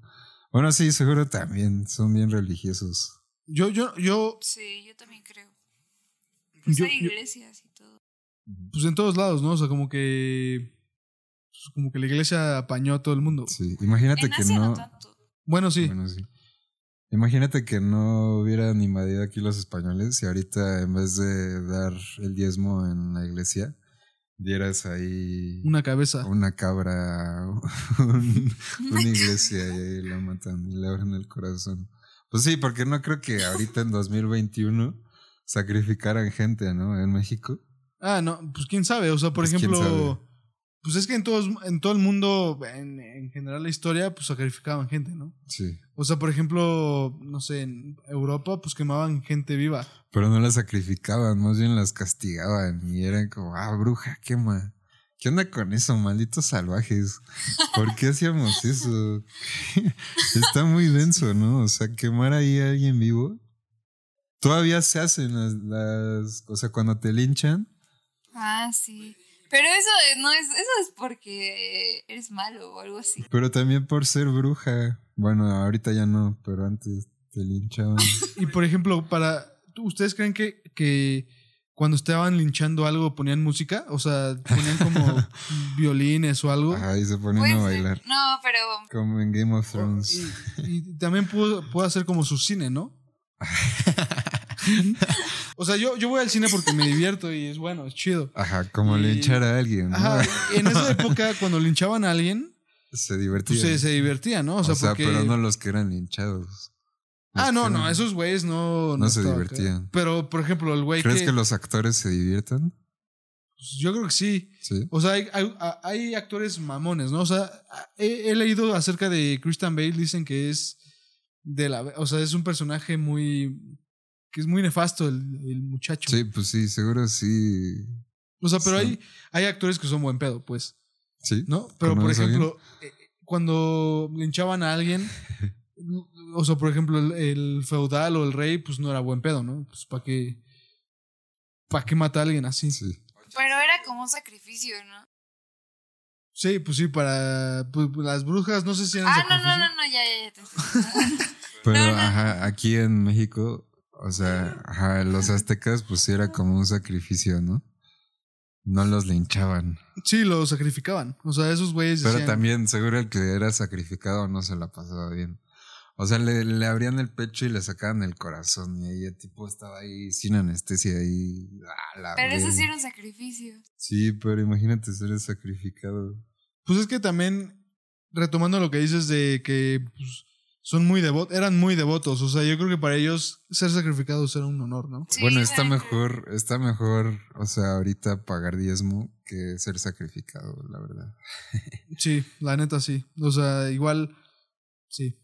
E: Bueno, sí, seguro también son bien religiosos.
F: Yo, yo, yo,
G: Sí, yo también creo. Pues
F: Yo-
G: hay
F: yo-
G: iglesias y todo.
F: pues en todos lados, ¿no? O sea, como que. pues, como que la iglesia apañó a todo el mundo.
E: Sí, imagínate
G: En
E: que
G: Asia no,
E: no.
G: tanto.
F: Bueno, sí.
E: Bueno, sí. Imagínate que no hubieran invadido aquí los españoles y ahorita en vez de dar el diezmo en la iglesia, dieras ahí
F: Una cabeza.
E: una cabra, un- una iglesia y ahí la matan y le abren el corazón. Pues sí, porque no creo que ahorita en 2021 sacrificaran gente, ¿no? En México.
F: Ah, no, pues quién sabe, o sea, por
E: Pues, quién sabe.
F: ejemplo, pues es que en, todos, en todo el mundo, en, en general la historia, pues sacrificaban gente, ¿no?
E: Sí.
F: O sea, por ejemplo, no sé, en Europa, pues quemaban gente viva.
E: Pero no las sacrificaban, más bien las castigaban y eran como, ah, bruja, quema. ¿Qué onda con eso, malditos salvajes? ¿Por qué hacíamos eso? *laughs* Está muy denso, ¿no? O sea, quemar ahí a alguien vivo. Todavía se hacen las, las- o sea, cuando te linchan.
G: *laughs* Ah, sí. Pero eso eh, no es, eso es porque eres malo o algo así.
E: Pero también por ser bruja. Bueno, ahorita ya no, pero antes te
F: *laughs*
E: linchaban.
F: Y por ejemplo, para. ¿tú- ¿Ustedes creen que, que cuando estaban linchando algo ponían música? O sea,
E: *laughs*
F: ponían como violines o algo.
E: Ajá, y se ponen
G: Puede
E: a
G: ser.
E: bailar.
G: No, pero
E: Como en Game of Thrones.
F: Oh, Y, y también puedo, puedo hacer como su
E: *laughs*
F: cine, ¿no? o sea, yo, yo voy al cine porque me divierto y es bueno, es chido.
E: Ajá, como
F: Y-
E: linchar a alguien. ¿no?
F: Ajá, en
E: *laughs*
F: esa época, cuando linchaban a alguien,
E: Se divertían.
F: pues se, se divertía, ¿no? O sea, porque.
E: pero no los que eran linchados. Los
F: ah, no,
E: que
F: no,
E: eran-
F: esos güeyes no.
E: No se
F: estaban,
E: divertían.
F: creo. Pero, por ejemplo, el güey
E: ¿Crees
F: que.
E: que los actores se diviertan?
F: pues, Yo creo que sí.
E: Sí.
F: O sea, hay, hay- a- hay actores mamones, ¿no? O sea, he, he leído acerca de Christian Bale, dicen que es de la, o sea, es un personaje muy que es muy nefasto el, el muchacho.
E: Sí, pues sí, seguro sí.
F: O sea, pero
E: Sí.
F: hay hay actores que son buen pedo, pues,
E: Sí.
F: ¿no? Pero por
E: ¿Conoces a
F: ejemplo, eh, cuando linchaban a alguien, o sea, por ejemplo, el, el feudal o el rey, pues no era buen pedo, ¿no? Pues para qué para qué mata a alguien así.
E: Sí.
G: pero era como un sacrificio, ¿no?
F: Sí, pues sí, para pues, las brujas, no sé si eran
G: Ah, no, no,
F: sacrificios.
G: no, no, ya, ya, ya te entendí.
E: Pero
G: No, no.
E: ajá, aquí en México, o sea, ajá, los aztecas pues sí era como un sacrificio, ¿no? No los linchaban.
F: Sí, lo sacrificaban. O sea, esos güeyes
E: Pero
F: decían,
E: también seguro el que era sacrificado no se la pasaba bien. O sea, le, le abrían el pecho y le sacaban el corazón. Y ahí el tipo estaba ahí sin anestesia. Ahí, a la
G: Pero eso
E: verga.
G: sí era un sacrificio.
E: Sí, pero imagínate ser sacrificado.
F: Pues es que también, retomando lo que dices de que pues, son muy devotos, eran muy devotos. O sea, yo creo que para ellos ser sacrificados era un honor, ¿no?
G: Sí,
E: bueno,
G: o
E: está
G: sea, *laughs*
E: mejor, está mejor, o sea, ahorita pagar diezmo que ser sacrificado, la verdad.
F: Sí, la neta sí. O sea, igual, sí.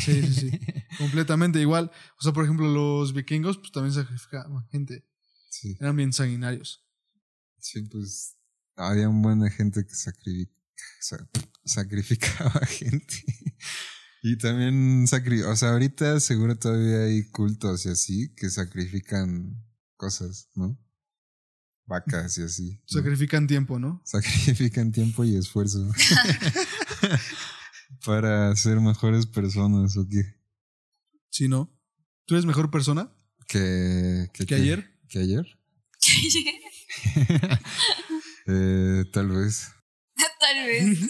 F: Sí, sí, sí. Completamente igual. O sea, por ejemplo, los vikingos pues también sacrificaban gente.
E: Sí,
F: Eran bien sanguinarios.
E: sí, pues había un buen de gente que sacrifi- sa- sacrificaba *laughs* gente. Y también sacri o sea, ahorita seguro todavía hay cultos y así que sacrifican cosas, ¿no? Vacas y así. ¿no?
F: Sacrifican tiempo, ¿no?
E: sacrifican tiempo y esfuerzo para ser mejores personas o qué?
F: Sí, ¿no? ¿Tú eres mejor persona
E: que que,
F: que ayer?
E: que ayer Eh, tal vez
G: Tal vez.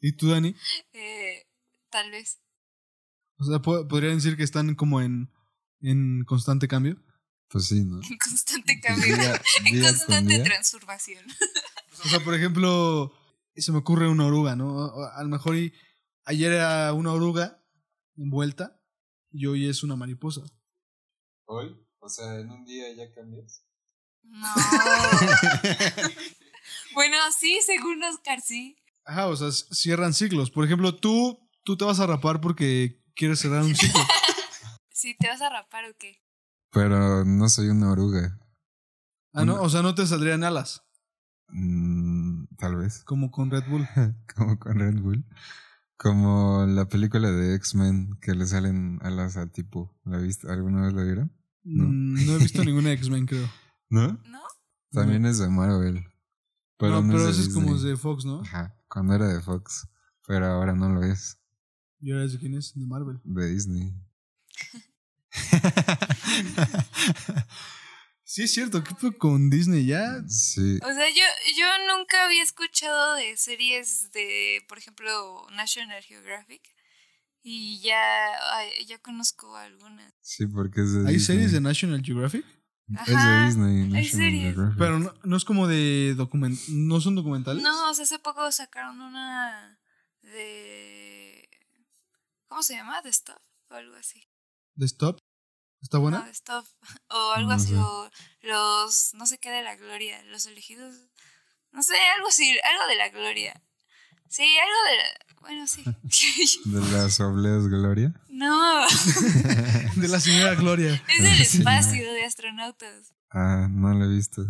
F: ¿Y tú, Dani?
G: Eh, tal vez.
F: O sea, po- podría decir que están como en, en constante cambio.
E: pues sí no
G: En constante
E: Pues
G: cambio.
E: día-
G: En
E: día con
G: constante
E: día.
G: transformación.
F: O sea, por ejemplo, se me ocurre una oruga, ¿no? O- o A lo mejor y- ayer era una oruga envuelta y hoy es una mariposa.
E: hoy o sea en un día ya cambias
G: No. *laughs* bueno, sí, según Oscar, sí.
F: Ajá, o sea, c- cierran ciclos. Por ejemplo, tú, tú te vas a rapar porque quieres cerrar un ciclo.
G: Si te vas a rapar o qué.
E: pero no soy una oruga
F: Ah, ¿no? O sea, no te saldrían alas,
E: Mm, tal vez *laughs*
F: como con Red Bull.
E: como con Red Bull como la película de X-Men que le salen alas al tipo ¿la viste alguna vez la vieron No.
F: Mm, No, he visto ninguna X-Men,
E: *laughs*
F: creo.
E: no
G: ¿No?
E: También es de Marvel.
F: Pero no,
E: es
F: pero
E: de
F: eso es como
E: Disney.
F: de Fox, ¿no?
E: Ajá, cuando era de Fox. Pero ahora no lo es.
F: ¿Y ahora es de quién es? De
E: *laughs*
F: Marvel.
E: De Disney.
F: Sí, es cierto. ¿Qué fue con Disney ya?
E: Sí.
G: O sea, yo, yo nunca había escuchado de series de, por ejemplo, National Geographic. Y ya, ay, ya conozco algunas.
E: Sí, porque es de
F: ¿Hay
E: Disney.
F: series de National Geographic?
E: Es de
G: Ajá,
E: Disney.
G: hay
E: National
G: series.
E: Geographic.
F: Pero no, no es como de document... ¿No son documentales?
G: No, o sea, hace poco sacaron una de... ¿Cómo se llama? ¿De Stuff? O algo así.
F: ¿De Stop? ¿Está
G: No,
F: buena?
G: de Stuff. *laughs* O algo
E: No
G: así.
E: sé.
G: O los... No sé qué de la gloria. Los elegidos... No sé, algo así. Algo de la gloria. Sí, algo de la...
E: *laughs*
G: Bueno, sí. *laughs*
E: De las Obleas Gloria.
G: no,
F: *laughs* De la señora Gloria.
G: es del espacio de astronautas.
E: Ah, no la he visto.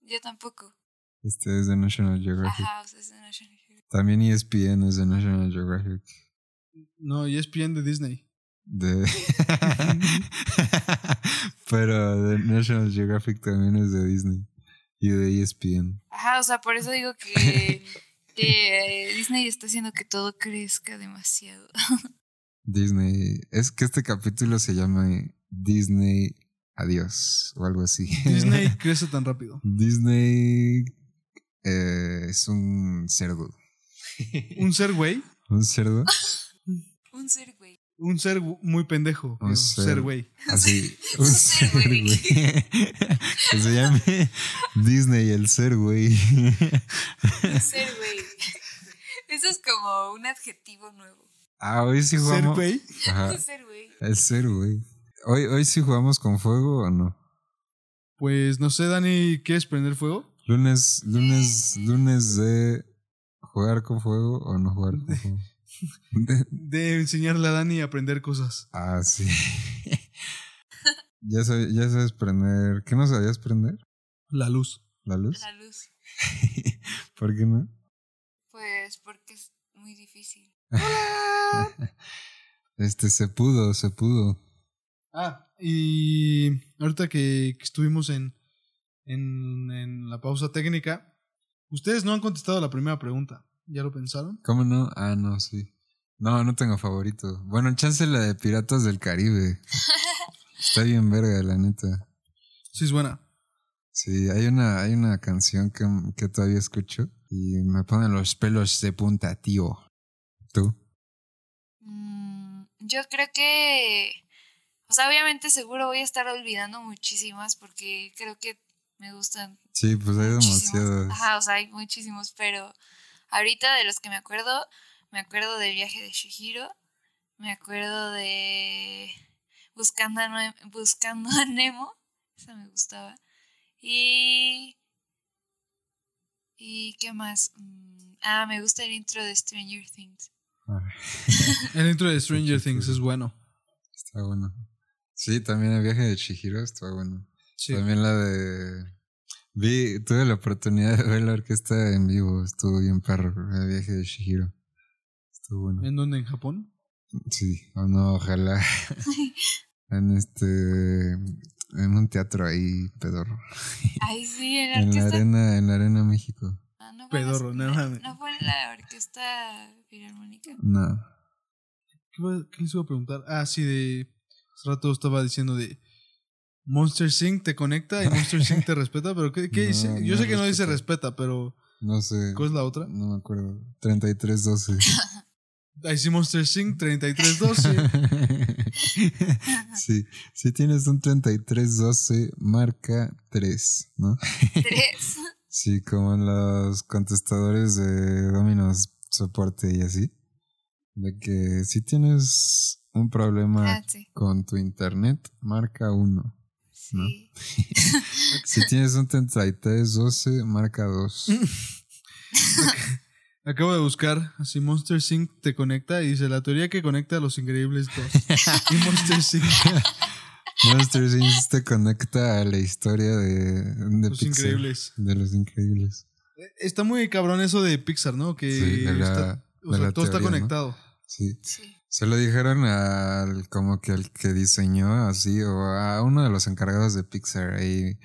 G: Yo tampoco.
E: Este es de National Geographic.
G: Ajá, o sea, es de National Geographic.
E: También E ESPN es de National Geographic.
F: No, y es ESPN de
E: *laughs*
F: Disney.
E: De... Pero de National Geographic también es de Disney. Y de E ESPN.
G: Ajá, o sea, por eso digo que... Que eh, Disney está haciendo que todo crezca demasiado. *laughs*
E: Disney. Es que este capítulo se llama Disney Adiós o algo así.
F: Disney crece tan rápido.
E: *laughs* Disney eh, es un cerdo.
F: Un ser güey.
E: ¿Un cerdo?
G: Un ser, güey.
F: Un ser gu- muy pendejo.
E: Un
F: Un
E: ser-
F: ser güey.
E: *laughs* Así. Un
G: ser,
E: ser,
G: güey.
E: güey. *laughs* Que se llame Disney el ser, güey.
G: Ser güey. *laughs* Eso es como un adjetivo nuevo.
E: Ah, hoy sí
F: Ser
E: jugamos.
F: güey.
G: *laughs*
E: Ajá,
G: Ser güey.
E: el ser, güey. Hoy, hoy sí jugamos con fuego o no.
F: Pues no sé, Dani, ¿quieres prender fuego?
E: *laughs* Lunes, lunes, lunes de jugar con fuego o no jugar con
G: *laughs*
E: fuego.
F: De enseñarle a Dani a aprender cosas.
E: Ah, sí. ya, sab- ya sabes prender. ¿Qué no sabías prender?
F: La luz.
E: ¿La luz? *laughs*
G: La luz.
E: ¿Por qué no?
G: Pues porque es muy difícil.
E: Este, se pudo, se pudo.
F: Ah, y ahorita que, que estuvimos en, en, en la pausa técnica, ustedes no han contestado la primera pregunta. ¿Ya lo pensaron?
E: ¿Cómo no? Ah, no, sí. No, no tengo favorito.
G: *laughs*
E: Bueno, chance la de Piratas del Caribe. Está bien verga, la neta.
F: Sí, es buena.
E: Sí, hay una, hay una canción que, mm, que todavía escucho y me ponen los pelos de punta, tío. ¿Tú?
G: Mm, yo creo que, o sea, obviamente seguro voy a estar olvidando muchísimas porque creo que me gustan
E: Sí, pues hay
G: muchísimos.
E: demasiados.
G: Ajá, o sea, hay muchísimos, pero ahorita de los que me acuerdo, me acuerdo del viaje de Shihiro, me acuerdo de Buscando a, Nue- Buscando a Nemo, esa me gustaba. Y ¿Y qué más? Mm, Ah, me gusta el intro de Stranger Things. *laughs*
F: El intro de Stranger Things es bueno.
E: Está bueno. Sí, también el viaje de Chihiro está bueno.
F: Sí.
E: También la de. Vi, tuve la oportunidad de ver la orquesta en vivo. Estuvo bien perro. El viaje de Chihiro. Estuvo bueno.
F: ¿En dónde? ¿En Japón?
E: Sí, o no, ojalá. *laughs* en este. En un teatro ahí, pedorro.
G: Ay, sí, en la
E: En la
G: orquesta.
E: arena, en la arena México.
G: Ah, no fue en la-
F: Pedorro, no mames.
G: No fue en la orquesta filarmónica.
E: No.
F: ¿Qué, iba- qué les iba a preguntar? Ah, sí, de. Hace rato estaba diciendo de. Monster Sync te conecta y Monster Sync te respeta, pero ¿qué,
E: *laughs*
F: qué
E: No,
F: dice? Yo
E: no
F: sé que no dice
E: respeta.
F: respeta, pero.
E: No sé.
F: ¿Cuál es la otra?
E: No me acuerdo. 3312.
F: Ahí sí, Monster Sync
E: *laughs*
F: 3312.
E: sí, si tienes un 3312, marca 3, ¿no?
G: Tres.
E: Sí, como en los contestadores de Dominos soporte y así. De que si tienes un problema
G: Ah, sí.
E: con tu internet, marca 1. ¿no?
G: Sí.
E: Si tienes un 3312, marca 2.
F: Acabo de buscar así Monster Sync te conecta y dice la teoría que conecta a los increíbles dos. y
E: *laughs*
F: Monster Sync.
E: Monster Inc. te conecta a la historia de, de
F: Los
E: Pixar,
F: increíbles.
E: De los increíbles.
F: Eh, Está muy cabrón eso de Pixar, ¿no? Que
E: Sí, de la-
F: Eh, está- o
E: de
F: sea,
E: la
F: todo
E: teoría,
F: está
E: ¿no?
F: conectado.
E: Sí.
G: Sí.
E: Se lo dijeron al como que al que diseñó así o a uno de los encargados de Pixar, ahí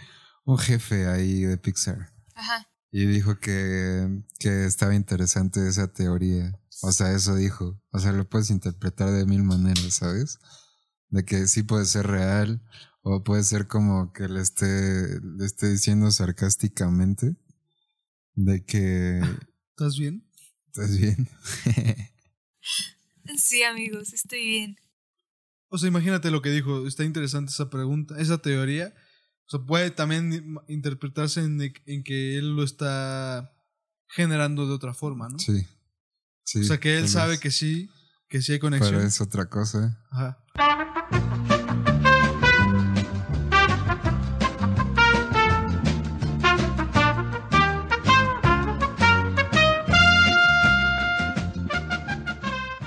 E: un jefe ahí de Pixar
G: Ajá.
E: y dijo que que estaba interesante esa teoría. O sea, eso dijo. O sea, lo puedes interpretar de mil maneras, ¿sabes? De que sí puede ser real o puede ser como que le esté le esté diciendo sarcásticamente de que *laughs*
F: ¿Estás bien?
E: estás bien.
G: Sí, amigos, estoy bien.
F: O sea, imagínate lo que dijo. Está interesante esa pregunta, esa teoría. O sea, puede también interpretarse en, de- en que él lo está generando de otra forma, ¿no?
E: Sí. Sí,
F: o sea, que
E: tal
F: él
E: vez.
F: sabe que sí, que sí hay
E: Pero
F: conexión.
E: es otra cosa.
F: Ajá.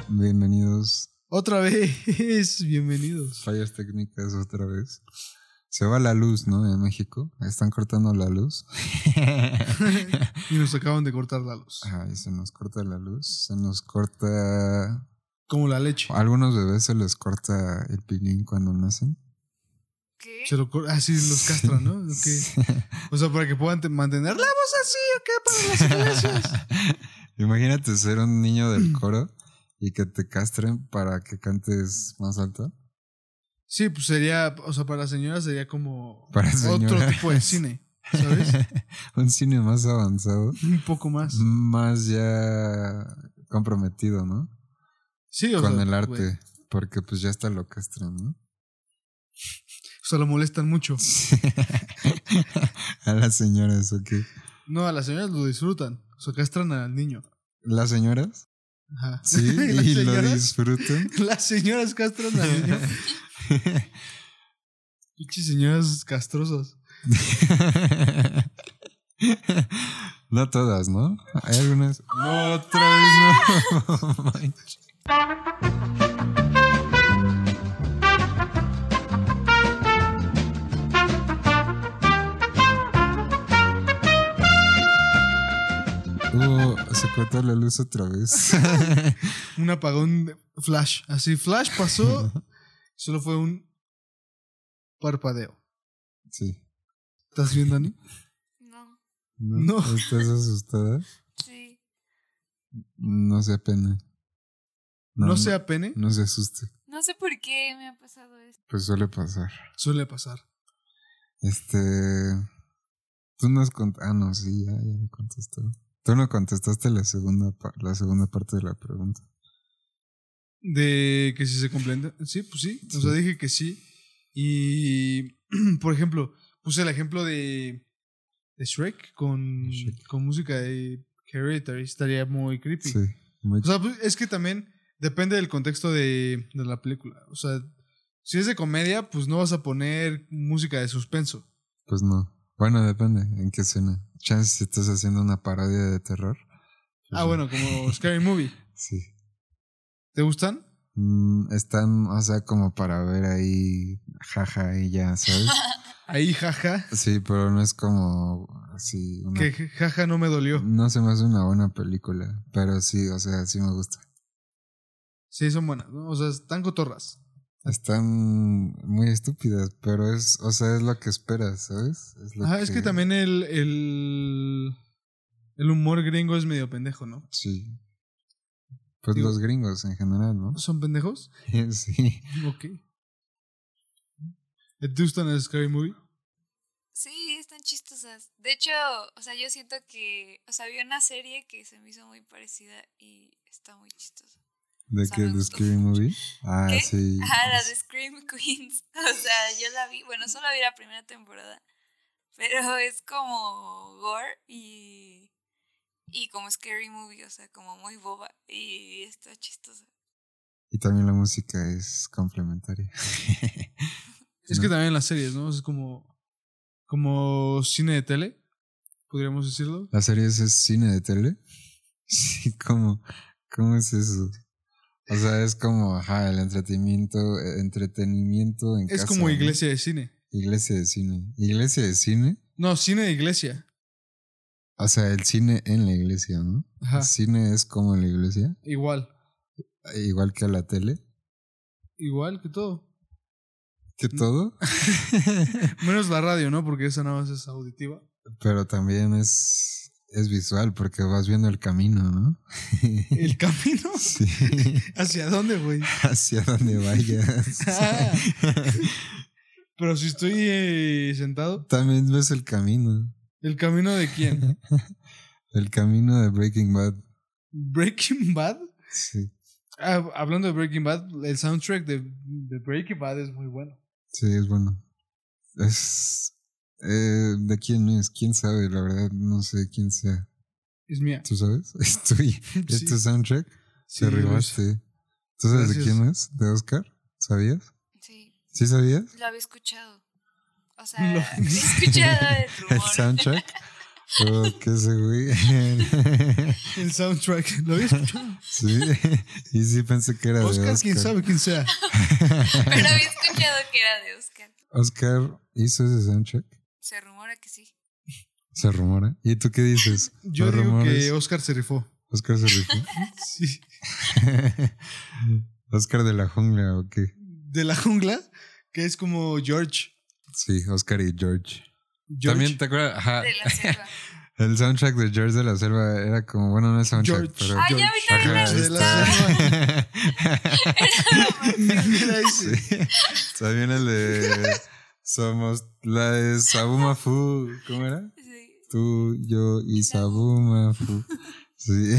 E: Bienvenidos.
F: Otra vez, *laughs* bienvenidos.
E: Fallas técnicas otra vez. Se va la luz, ¿no? En México. Están cortando la
F: *laughs*
E: luz.
F: Y nos acaban de cortar la luz.
E: Ay, se nos corta la luz. Se nos corta.
F: Como la leche.
E: A algunos bebés se les corta el pilín cuando nacen.
G: ¿Qué?
F: Se lo cor- así los castran, ¿no? Ok. O sea, para que puedan te- mantener la voz así, ¿o qué? Para las iglesias.
E: Imagínate ser un niño
F: Mm.
E: del coro y que te castren para que cantes más alto.
F: Sí, pues sería, o sea, para las señoras sería como
E: Para
F: otro
E: señoras.
F: tipo de cine, ¿sabes?
E: *laughs* un cine más avanzado.
F: Un poco más.
E: Más ya comprometido, ¿no?
F: Sí, o
E: con
F: sea,
E: el arte.
F: güey,
E: Porque pues ya está lo castran, ¿no? *laughs*
F: o sea, lo molestan mucho.
E: a las señoras, ok.
F: No, a las señoras lo disfrutan. O sea, castran al niño.
E: ¿Las señoras?
F: Ajá.
E: *laughs* Sí,
F: *laughs* las
E: y lo
F: señoras,
E: disfrutan.
F: las señoras castran
E: *laughs*
F: al niño. Pinches señoras castrosas.
E: *laughs* no todas, ¿no? Hay algunas. No, otra vez no. *laughs* Manches. Hubo- se cortó la luz otra vez. *laughs*
F: Un apagón de flash. Así, flash
E: *laughs*
F: pasó. solo fue un parpadeo.
E: Sí.
F: ¿Estás bien, Dani?
G: No,
E: No.
F: No.
E: ¿Estás asustada?
G: sí.
E: No se apene.
F: No, se apene.
E: No se asuste.
G: No sé por qué me ha pasado esto.
E: Pues suele pasar.
F: Suele pasar.
E: Este. Tú no has cont- Ah, no, sí, ya, ya me contestó. Tú no contestaste la segunda, pa- la segunda parte de la pregunta.
F: De que si se complementa. Sí, pues sí. O sea, dije que sí. Y, *clears throat* por ejemplo, puse el ejemplo de, de Shrek con,
E: Shrek.
F: con música de Hereditary. Estaría muy creepy.
E: Sí. muy-
F: O sea, pues, es que también depende del contexto de, de la película. O sea, si es de comedia, pues no vas a poner música de suspenso.
E: Pues no. Bueno, depende en qué escena. Chance si estás haciendo una parodia de terror. pues
F: Ah,
E: ya.
F: bueno, como Scary Movie.
E: Sí.
F: ¿Te gustan?
E: Mm, están, o sea, como para ver ahí, jaja, y ya,
F: *laughs*
E: ¿sabes?
F: Ahí, jaja.
E: Sí, pero no es como así. Una,
F: Que jaja no me dolió.
E: No se me hace una buena película, pero sí, o sea, sí me gusta.
F: Sí, son buenas. ¿no? O sea, están cotorras.
E: Están muy estúpidas, pero es, o sea, es lo que esperas, ¿sabes? Es lo
F: Ajá, es que también el, el, el humor gringo es medio pendejo, ¿no?
E: Sí. Pues
F: Digo-
E: los gringos en general, ¿no?
F: ¿Son pendejos?
E: *laughs* sí.
F: Ok. ¿Te gustan las Scary Movie?
G: Sí, están chistosas. De hecho, o sea, yo siento que, o sea, vi una serie que se me hizo muy parecida y está muy chistosa.
E: ¿De
G: sea,
E: qué?
G: me
E: ¿De
G: gustó *laughs*
E: Scary
G: mucho.
E: Movie? Ah,
G: ¿Qué?
E: sí.
G: Ah, la
E: es-
G: de Scream *laughs* Queens. O sea, yo la vi, bueno, solo vi la primera temporada, pero *laughs* es como gore y, y como scary movie, o sea, como muy boba y está chistosa.
E: Y también la música es complementaria.
F: Es que también las series, ¿no? Es como, como cine de tele, podríamos decirlo.
E: ¿La serie es cine de tele? *laughs* Sí, ¿cómo? ¿Cómo es eso? O sea, es como, ajá, el entretenimiento, eh, entretenimiento en
F: Es
E: casa,
F: como
E: ¿no?
F: iglesia de cine.
E: Iglesia de cine. Iglesia de cine.
F: No, cine de iglesia.
E: O sea, el cine en la iglesia, ¿no?
F: Ajá.
E: El cine es como la iglesia,
F: Igual.
E: igual que la tele.
F: Igual que todo.
E: Que todo,
F: Menos la radio, ¿no? Porque esa nada más es auditiva.
E: pero también es, es visual porque vas viendo el camino, ¿no?
F: El camino.
E: *laughs*
F: *laughs*
E: Sí,
F: ¿Hacia dónde, güey?
E: hacia donde vayas.
F: *laughs* Ah. Pero si estoy eh, sentado.
E: *laughs* También ves el camino.
F: ¿El camino de quién?
E: El camino de Breaking Bad.
F: ¿Breaking *laughs* Bad?
E: Sí,
F: Ah, hablando de Breaking Bad, el soundtrack de, de Breaking Bad es muy bueno.
E: sí, es bueno. Es. eh, ¿De quién es? ¿Quién sabe? La verdad, no sé quién sea.
F: Es mía.
E: ¿Tú sabes? *laughs* ¿Es tuyo? ¿Es
F: Sí.
E: tu soundtrack?
F: Sí,
E: Te rimaste. ¿Tú sabes
F: Gracias.
E: de quién es? ¿De Oscar? ¿Sabías?
G: Sí,
E: ¿Sí sabías? *laughs*
G: lo había escuchado. O *laughs* sea,
F: Lo-
G: he
E: *laughs*
G: escuchado el
E: ¿El
G: rumor.
E: soundtrack? Oh, qué se güey.
F: El soundtrack. *laughs* Lo había escuchado.
E: *laughs* sí. Y sí pensé que era de
F: Oscar,
E: Oscar.
F: quién sabe quién sea.
G: Pero había escuchado que era de Oscar.
E: *laughs* Oscar hizo ese soundtrack.
G: Se rumora que sí.
E: Se rumora. ¿Y tú qué dices?
F: Yo
E: Los
F: digo
E: rumores.
F: que Oscar se rifó.
E: Oscar se rifó.
F: Sí.
E: *laughs* Oscar de la jungla o qué?
F: De la jungla, que es como George.
E: Sí, Oscar y George.
F: George.
E: También te acuerdas, Ajá.
G: De la selva.
E: el soundtrack de George de la Selva era como, bueno, no es soundtrack,
F: George.
E: pero
G: Ah, ya ahorita
E: Ajá,
G: me
E: ahí
F: de la
G: gustaba.
E: *laughs* está.
F: Mira ese.
E: Sí. También el de Somos la de Sabuma Fu, ¿cómo era?
G: Sí.
E: Tú, yo y Sabuma Fu. Sí.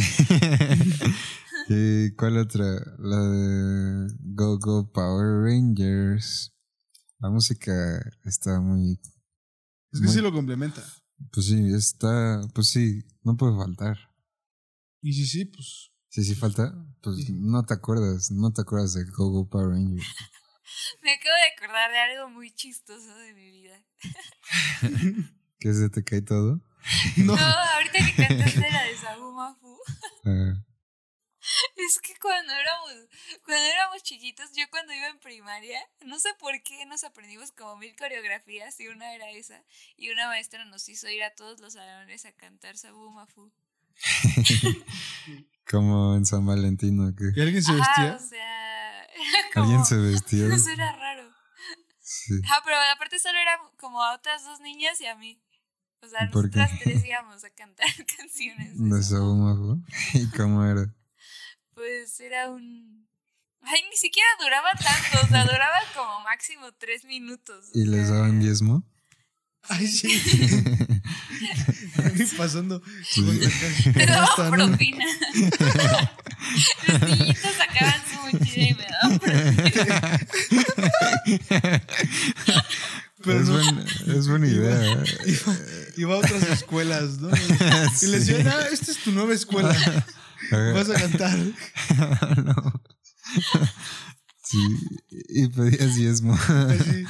E: *laughs* ¿Y cuál otra? La de Go Go Power Rangers. La música está muy
F: Es que
E: Muy-
F: sí lo complementa.
E: Pues sí, está. Pues sí, no puede faltar.
F: Y sí,
G: *laughs*
F: sí, pues.
E: Si sí falta, pues
F: Sí.
E: no te acuerdas, no te acuerdas de Go Go Power Rangers.
G: Me acabo de acordar de algo muy chistoso de mi
E: *laughs*
G: vida.
E: Que se te cae todo.
F: No.
G: No, ahorita que cantaste la de Sabumafu,
E: Ah,
G: *laughs* es que cuando éramos, cuando éramos chiquitos, yo cuando iba en primaria, no sé por qué nos aprendimos como mil coreografías y una era esa, y una maestra nos hizo ir a todos los salones a cantar Sabumafu.
E: como en San Valentín o
F: ¿Y
E: qué.
F: alguien se
G: Ah,
F: vestía?
G: o sea, *laughs* era como,
E: Alguien se vestió.
G: eso era raro.
E: Sí.
G: Ah, pero aparte solo era como a otras dos niñas y a mí. O sea,
E: ¿Por qué?
G: nosotras
E: *laughs*
G: tres íbamos a cantar *laughs* canciones. de
E: De
G: Sabu
E: Sabuma Fu. *laughs* ¿Y cómo era?
G: pues era un... Ay, ni siquiera duraba tanto, o sea, duraba como máximo tres minutos. o
E: ¿Y les
F: Eh,
G: sea, *laughs*
E: daban diezmo?
F: Ay,
E: *laughs*
F: sí. *laughs* Y pasando.
E: Sí.
F: con la
G: *laughs*
F: canción.
G: Te daba
F: Hasta,
E: *laughs*
F: ¿no?
G: propina. Los niñitos sacaban su mochila y me
E: *laughs*
G: daban propina.
F: Pero
E: es,
F: no.
E: buen- es
F: *laughs*
E: buena idea. ¿eh?
F: Iba a otras escuelas,
E: *laughs*
F: ¿no? Y les decían, ah, esta es tu nueva escuela. Vas a cantar.
E: No. Sí, y pedías diezmo. *laughs*
F: Así.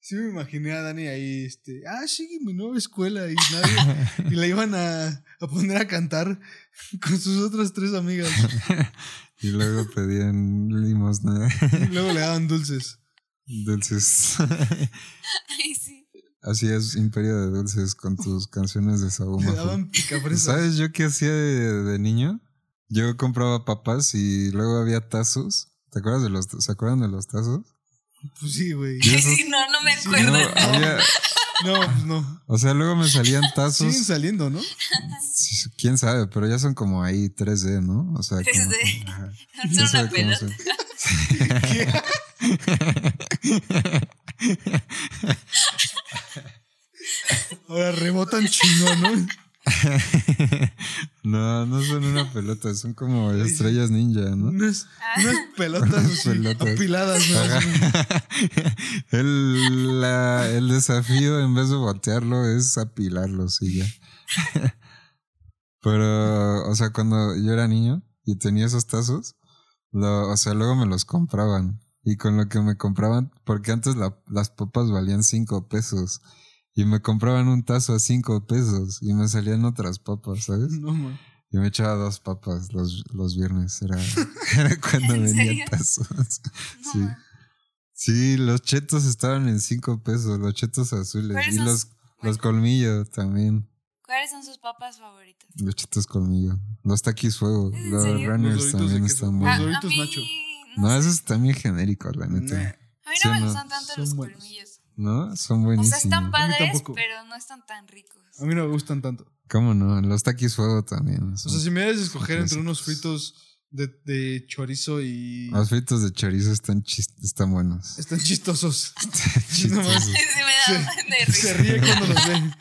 F: Sí me imaginé a Dani ahí, este, ah, sí, mi nueva escuela y nadie, y la iban a, a poner a cantar con sus otras tres amigas
E: Y luego pedían limosna, *laughs*
F: y luego le daban dulces.
E: dulces. *laughs*
G: Ay, sí.
E: Hacías imperio de dulces con tus canciones de
F: Le
E: Sabumafu.
F: daban picafresas.
E: ¿Sabes yo qué hacía de, de niño? Yo compraba papas y luego había tazos. ¿Te acuerdas de los, ¿Se acuerdan de los tazos?
F: Pues sí, güey.
E: Yo esos-
G: Sí, no, no me
F: Sí,
G: acuerdo.
E: No, había-
F: No, pues no.
E: o sea, luego me salían tazos.
F: Siguen saliendo, ¿no?
E: Sí, Quién sabe, pero ya son como ahí 3D, ¿no? O sea, como-
G: 3D.
E: ajá.
G: *laughs*
E: *laughs*
G: Son
E: Ya
G: una
E: sabe cómo
G: pelota.
E: se-
F: Ahora rebotan chingón, ¿no?
E: *laughs* No, no son una pelota, son como estrellas ninja, ¿no?
F: Unas, unas
E: *laughs*
F: pelotas así,
E: Pelotas.
F: apiladas, ¿no?
E: *laughs* El, la- el desafío, en vez de voltearlo, es apilarlo, sí, ya. Pero, o sea, cuando yo era niño y tenía esos tazos, lo- o sea, luego me los compraban. Y con lo que me compraban, porque antes la- las papas valían cinco pesos. Y me compraban un tazo a cinco pesos y me salían otras papas, ¿sabes?
F: No, man.
E: Yo me echaba dos papas los, los viernes. Era, *laughs* era cuando
G: ¿En
E: venía
G: serio?
E: tazos.
G: No,
E: Sí.
G: ma.
E: Sí, los chetos estaban en cinco pesos, los chetos azules.
G: ¿Cuáles
E: Y
G: son
E: los,
G: sus-
E: los
G: bueno,
E: colmillos también.
G: ¿Cuáles son sus papas favoritas?
E: Los chetos colmillo. Los taquis fuego.
G: ¿En
E: Los
G: serio?
F: Los
E: runners
F: Doritos de
E: también
F: queso.
E: están
F: Los
G: Ah,
E: buenos.
G: a
F: Doritos
G: mí,
F: Nacho.
E: No,
G: sé.
E: esos es también genéricos, la neta.
G: A mí
E: sí,
G: no me
E: no,
G: gustan tanto
F: son
G: los
F: buenos.
G: colmillos.
E: ¿No? Son
G: O
E: buenísimos.
G: sea, están
F: A mí
G: padres,
F: tampoco.
G: pero no están tan ricos.
F: A
G: *laughs*
F: mí no me gustan tanto.
E: ¿Cómo no? Los taquis fuego también.
F: O
E: son-
F: sea, si me debes escoger
E: Son
F: entre unos
E: clásicos.
F: fritos de, de chorizo y.
E: Los fritos de chorizo están, chis- están buenos. *laughs*
F: Están chistosos.
E: Chistosos.
F: No mames.
G: Se me da de
F: Se
G: risa.
F: ríe cuando los
E: *laughs*
F: ve.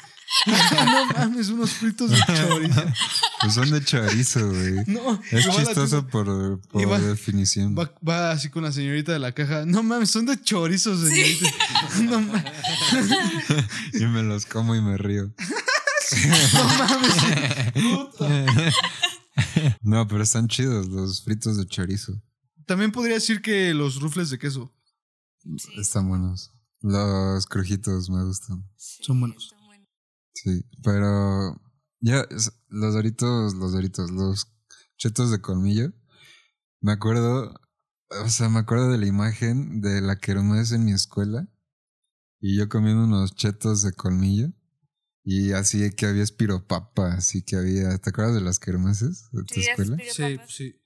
F: no mames, unos fritos de chorizo.
E: Pues son de chorizo,
F: *laughs*
E: güey.
F: No,
E: Es
F: y va la
E: chistoso por, por
F: Iba-
E: definición.
F: tipa- Va, va así con la señorita de la caja. No mames, son de chorizo, señorita. *laughs* No, ma-
E: Y me los como y me río.
F: no mames. Puta.
E: No, pero están chidos los fritos de chorizo.
F: También podría decir que los rufles de queso.
G: Sí.
E: Están buenos. Los crujitos me gustan.
G: Sí,
F: Son buenos.
G: están buenos.
E: Sí, pero ya es- los doritos, los doritos, los chetos de colmillo. Me acuerdo, o sea, me acuerdo de la imagen de la kermés en mi escuela y yo comiendo unos chetos de colmillo y así de que había espiropapa, así que había, ¿te acuerdas de las kermeses de tu
G: Sí, las
E: escuela?
G: espiropapas.
F: sí. pues,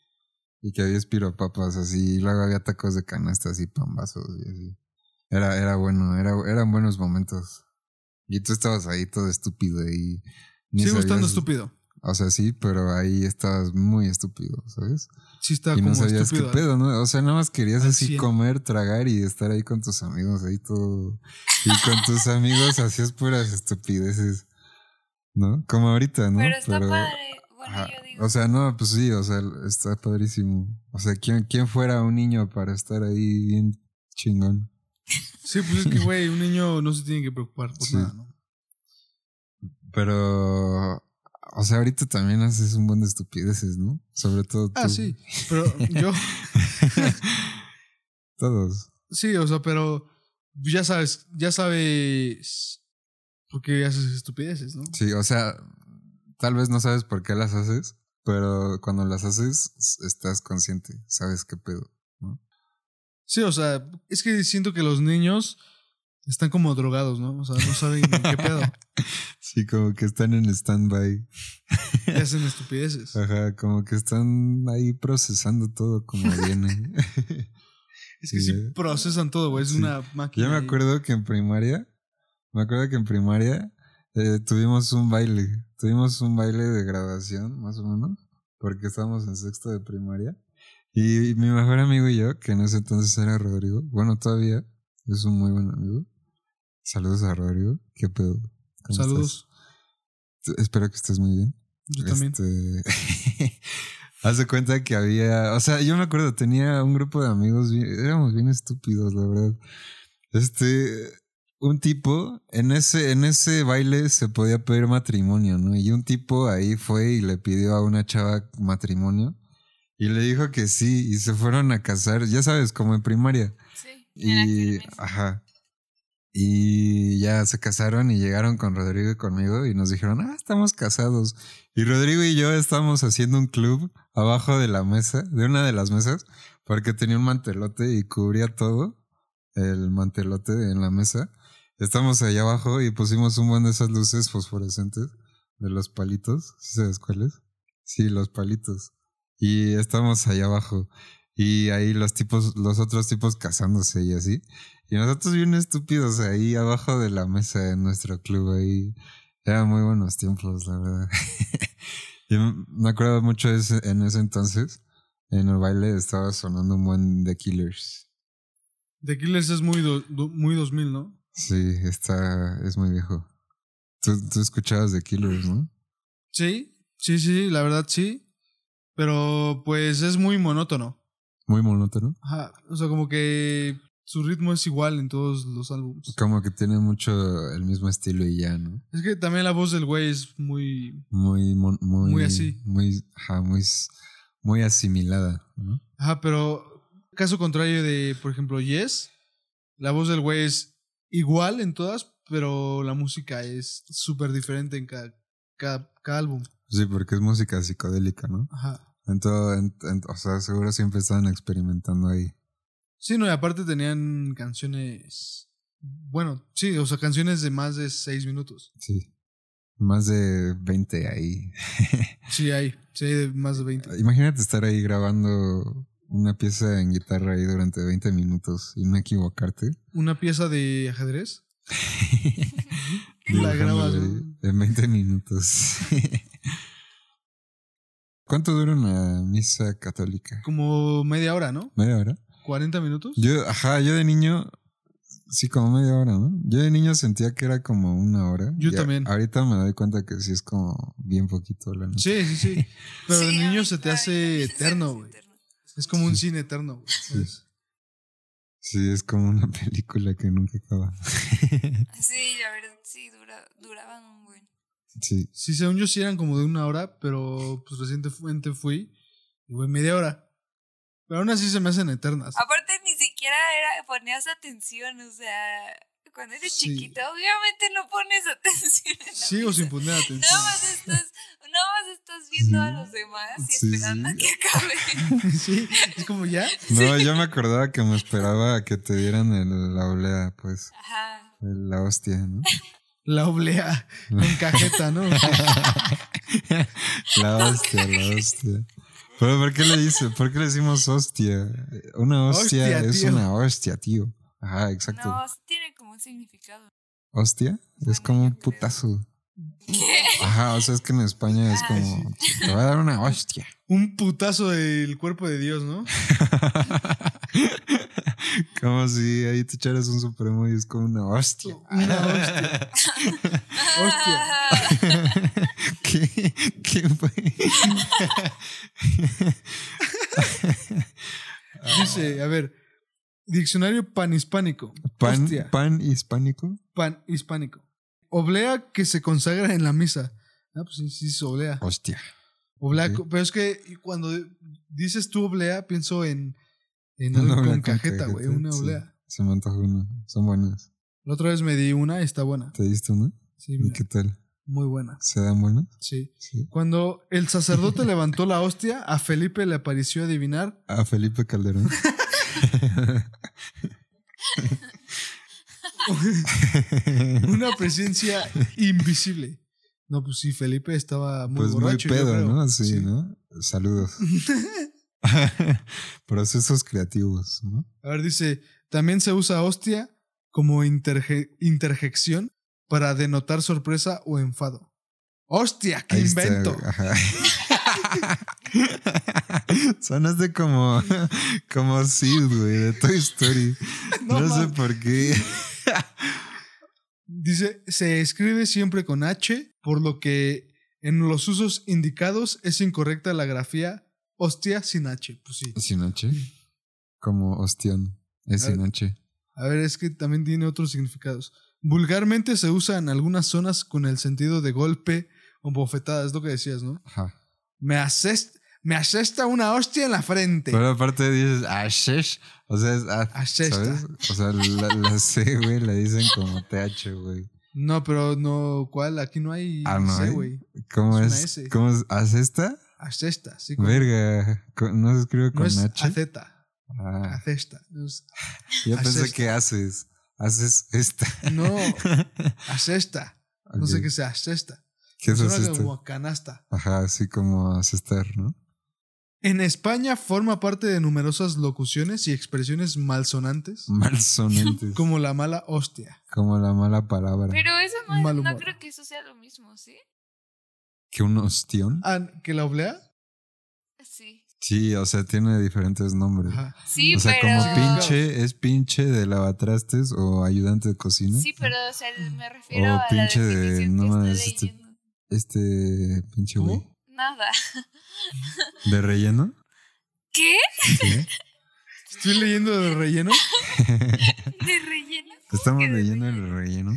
E: Y que había espiropapas así, y luego había tacos de canastas y pambazos y así. Era, era bueno, era, eran buenos momentos. Y tú estabas ahí todo estúpido y... ni
F: Sigo estando
E: sabías-
F: estúpido.
E: O sea, sí, pero ahí estabas muy estúpido, ¿sabes?
F: Sí, está
E: y
F: como
E: no sabías
F: estúpido. ¿eh?
E: qué pedo, ¿no? O sea, nada más querías
F: Al
E: así
F: cien.
E: comer, tragar y estar ahí con tus amigos, ahí todo... Y con tus amigos hacías puras estupideces, ¿no? Como ahorita, ¿no?
G: Pero está padre. Bueno,
E: Ajá.
G: yo digo.
E: O sea, no, pues sí, o sea, está padrísimo. O sea, ¿quién, quién fuera un niño para estar ahí bien chingón?
F: Sí, pues es que, güey, un niño no se tiene que preocupar por
E: Sí.
F: nada, ¿no?
E: Pero, o sea, ahorita también haces un buen de estupideces, ¿no? Sobre todo tú.
F: Ah, sí. Pero yo,
E: Todos.
F: sí, o sea, pero pues, ya sabes, ya sabes por qué haces estupideces, ¿no?
E: Sí, o sea, tal vez no sabes por qué las haces, pero cuando las haces s- estás consciente, sabes qué pedo.
F: Sí, o sea, es que siento que los niños están como drogados, ¿no? O sea, no saben
E: *laughs*
F: qué pedo.
E: Sí, como que están en stand-by.
F: Y hacen estupideces.
E: Ajá, como que están ahí procesando todo como
F: *laughs*
E: viene.
F: Es que sí
E: Sí.
F: procesan todo, güey. Es
E: Sí.
F: una máquina.
E: Yo me
F: ahí.
E: acuerdo que en primaria, me acuerdo que en primaria eh, tuvimos un baile, tuvimos un baile de graduación, más o menos, porque estábamos en sexto de primaria. Y, mi mejor amigo y yo, que en ese entonces era Rodrigo, bueno, todavía es un muy buen amigo, Saludos a Rodrigo. ¿Qué pedo? ¿Cómo
F: Saludos.
E: estás? Espero que estés muy bien.
F: Yo también.
E: Este, *laughs* Haz de cuenta que había, o sea, yo me acuerdo, tenía un grupo de amigos, bien- éramos bien estúpidos, la verdad. Este, un tipo, en ese, en ese baile se podía pedir matrimonio, ¿no? Y un tipo ahí fue y le pidió a una chava matrimonio y le dijo que sí y se fueron a casar, ya sabes, como en primaria.
G: Sí. Era
E: Y,
G: Kermés. *laughs*
E: ajá. Y ya se casaron y llegaron con Rodrigo y conmigo y nos dijeron, ah, estamos casados. Y Rodrigo y yo estábamos haciendo un club abajo de la mesa, de una de las mesas, porque tenía un mantelote y cubría todo el mantelote en la mesa. Estamos allá abajo y pusimos un buen de esas luces fosforescentes de los palitos, ¿sí sabes cuáles? Sí, los palitos. Y estamos allá abajo. Y ahí los tipos, los otros tipos casándose y así. Y nosotros bien estúpidos ahí abajo de la mesa en nuestro club ahí. Eran muy buenos tiempos, la verdad. *laughs* y m- me acuerdo mucho de ese- en ese entonces. En el baile estaba sonando un buen The Killers.
F: The Killers es muy, do- do- muy 2000, ¿no?
E: Sí, está, es muy viejo. Tú, tú escuchabas The Killers, ¿no?
F: Sí, sí, sí, la verdad sí. Pero pues es muy monótono.
E: Muy monótono.
F: Ajá, o sea, como que su ritmo es igual en todos los álbumes.
E: Como que tiene mucho el mismo estilo y ya, ¿no?
F: Es que también la voz del güey es muy...
E: Muy, mon- muy,
F: Muy así.
E: Muy, ajá, muy, s- muy asimilada, ¿no?
F: Ajá, pero caso contrario de, por ejemplo, Yes, la voz del güey es igual en todas, pero la música es súper diferente en cada, cada, cada álbum.
E: Sí, porque es música psicodélica, ¿no?
F: Ajá.
E: En todo, en- en- o sea, seguro siempre estaban experimentando ahí.
F: Sí, no, y aparte tenían canciones... Bueno, sí, o sea, canciones de más de seis minutos.
E: Sí. Más de 20 ahí.
F: Sí, hay, sí, hay de más de 20.
E: Imagínate estar ahí grabando una pieza en guitarra ahí durante 20 minutos y no equivocarte.
F: Una pieza de ajedrez.
E: Dibujándole
F: grabas,
E: ahí
F: ¿no?
E: En 20 minutos. *laughs* ¿Cuánto dura una misa católica?
F: Como media hora, ¿no?
E: ¿Media hora?
F: 40 minutos.
E: Yo, ajá, yo de niño, sí, como media hora, ¿no? Yo de niño sentía que era como una hora.
F: Yo
E: Y a-
F: también.
E: Ahorita me doy cuenta que sí es como bien poquito la neta.
F: Sí,
G: *laughs*
F: sí, sí. Pero
G: Sí,
F: de niño
G: ahorita
F: se te
G: ya
F: hace
G: se te
F: eterno,
G: hace
F: güey.
G: eterno.
F: Es como un cine eterno, güey. ¿sabes?
E: Sí, es como una *laughs* película que nunca acaba.
G: Sí, la verdad, sí, dura, duraban un buen.
E: Sí.
F: Sí, según yo sí eran como de una hora, pero pues recientemente fui y güey, media hora. Pero aún así se me hacen eternas.
G: Aparte, ni siquiera era, ponías atención, o sea, cuando eres
F: Sí.
G: chiquito, obviamente no pones *laughs* atención. en la
F: Sigo sin
G: misa.
F: poner
G: Nada
F: atención.
G: más
E: *laughs*
G: estás, nada más estás viendo a
E: Sí.
G: los demás y
E: Sí,
G: esperando
E: sí.
G: a que
E: *laughs*
G: acabe.
F: *laughs* Sí, es como ya.
E: No, yo me acordaba que me esperaba a que te dieran el- la olea, pues,
G: Ajá.
E: el- la hostia, ¿no?
F: La oblea con cajeta, ¿no? *laughs*
E: La hostia, la hostia. Pero ¿por qué le dice? ¿Por qué le decimos hostia? Una hostia,
F: Hostia,
E: es
F: tío.
E: una hostia, tío. Ajá, exacto.
G: No, sí tiene como un significado.
E: Hostia, es
G: Bueno,
E: como
G: yo
E: un
G: creo.
E: putazo. Ajá, o sea, es que en España es
G: Ah,
E: como te voy a dar una hostia.
F: Un putazo del cuerpo de Dios, ¿no?
E: como si ahí te echaras un supremo y es como una hostia.
F: Una hostia. Hostia.
E: *laughs* ¿Qué? ¿Qué fue?
F: Dice, a ver, diccionario panhispánico.
E: ¿Pan,
F: Hostia.
E: pan hispánico?
F: Panhispánico. Oblea que se consagra en la misa. Ah, pues sí, sí, es oblea.
E: Hostia.
F: Oblea,
E: ok.
F: co- pero es que cuando dices tú oblea, pienso en,
E: *laughs*
F: en
E: Una
F: algo
E: oblea
F: con cajeta, güey, una
E: sí.
F: oblea.
E: Se me antojó una. Son buenas.
F: La otra vez me di una, está buena.
E: ¿Te diste una?
F: Sí,
E: ¿Y
F: mira,
E: qué tal?
F: muy buena.
E: ¿Se dan buenas?
F: Sí.
E: Sí.
F: Cuando
E: *laughs*
F: el sacerdote levantó la hostia, a Felipe le pareció adivinar.
E: A Ah, Felipe Calderón.
F: Una presencia invisible. No, pues sí, Felipe estaba muy
E: pues muy
F: borracho, yo
E: pedo,
F: creo.
E: ¿no? Sí, ¿no?
F: *laughs*
E: Saludos. Procesos creativos, ¿no?
F: A ver, dice, también se usa hostia como interje- interjección para denotar sorpresa o enfado. ¡Hostia! ¡Qué
E: Ahí está, ah,
F: invento!
E: ajá. *laughs* Sonaste como, *laughs* como Sid, güey, de Toy Story.
F: *laughs* No
E: No, sé
F: *laughs* mames.
E: por qué.
F: Dice, se escribe siempre con H, por lo que en los usos indicados es incorrecta la grafía hostia sin H. Pues sí.
E: ¿Sin H? Como ostión. Es
F: Ah.
E: sin H.
F: A ver, es que también tiene otros significados. Vulgarmente se usa en algunas zonas con el sentido de golpe o bofetada, es lo que decías, ¿no?
E: Ajá.
F: Me, asest- me asesta una hostia en la frente.
E: Pero aparte dices ashesh. O sea, es ah,
F: Ashesta.
E: ¿sabes? O sea, la, la C, güey, la dicen como TH, güey.
F: No, pero no, ¿cuál? Aquí no hay
E: Ah, no
F: C,
E: hay.
F: güey.
E: ¿Cómo
F: Es una
E: es?
F: S.
E: ¿Cómo es? ¿Acesta?
F: Asesta, sí. como-
E: Verga. co- No se escribe
F: No
E: con
F: es
E: H.
F: aceta,
E: Ah.
F: acesta. es-
E: Yo pensé
F: Hacesta.
E: que haces. Haces esta. *laughs*
F: No, acesta. No sé
E: Ok.
F: qué sea acesta.
E: ¿Qué es
F: Suena
E: hacesta?
F: como canasta.
E: Ajá, así como asestar, ¿no?
F: En España forma parte de numerosas locuciones y expresiones malsonantes, *laughs*
E: Malsonantes.
F: como la mala hostia.
E: como la mala palabra.
G: *laughs* Pero eso no,
F: Mal
G: no
F: humor.
G: creo que eso sea lo mismo, ¿sí?
E: ¿Que un ostión?
F: Ah, ¿Que la oblea?
G: Sí.
E: Sí, o sea, tiene diferentes nombres.
F: Ajá.
G: Sí,
E: o sea,
G: pero.
E: como pinche, es pinche de lavatrastes o ayudante de cocina.
G: Sí, pero o sea, me refiero
E: O
G: a
E: Oh, pinche
G: la
E: de-
G: definición
E: no
G: que
E: mames,
G: estoy
E: este-
G: leyendo.
E: Este pinche
F: ¿Cómo?
E: güey.
G: Nada. *laughs*
E: ¿De relleno?
G: ¿Qué?
F: *laughs*
E: Sí.
F: Estoy leyendo de relleno.
G: ¿De relleno?
E: Estamos
G: ¿Qué de
E: leyendo el relleno.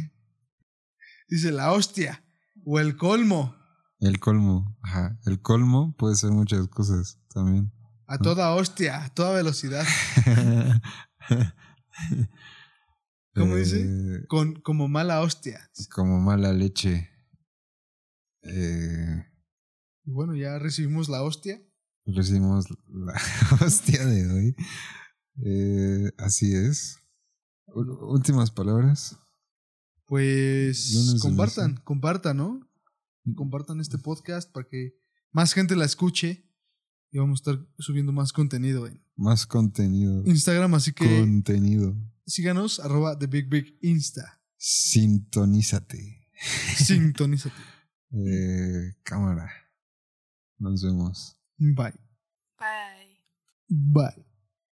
F: Dice la hostia o el colmo.
E: El colmo. Ajá. El colmo puede ser muchas cosas también.
F: A toda hostia, a toda velocidad. *laughs* ¿Cómo dice?
E: Eh,
F: Con, como mala hostia.
E: Como mala leche. Eh,
F: Y bueno, ya recibimos la hostia.
E: recibimos la *laughs* hostia de hoy. Eh, así es. Ú- Últimas palabras.
F: Pues
E: No nos
F: compartan,
E: enlace.
F: compartan, ¿no? Compartan este podcast para que más gente la escuche y vamos a estar subiendo más contenido en
E: Más contenido.
F: Instagram, así que
E: Contenido.
F: síganos, arroba The Big Big Insta.
E: Sintonízate.
F: Sintonízate.
E: Eh, cámara. Nos vemos.
F: Bye.
G: Bye.
F: Bye.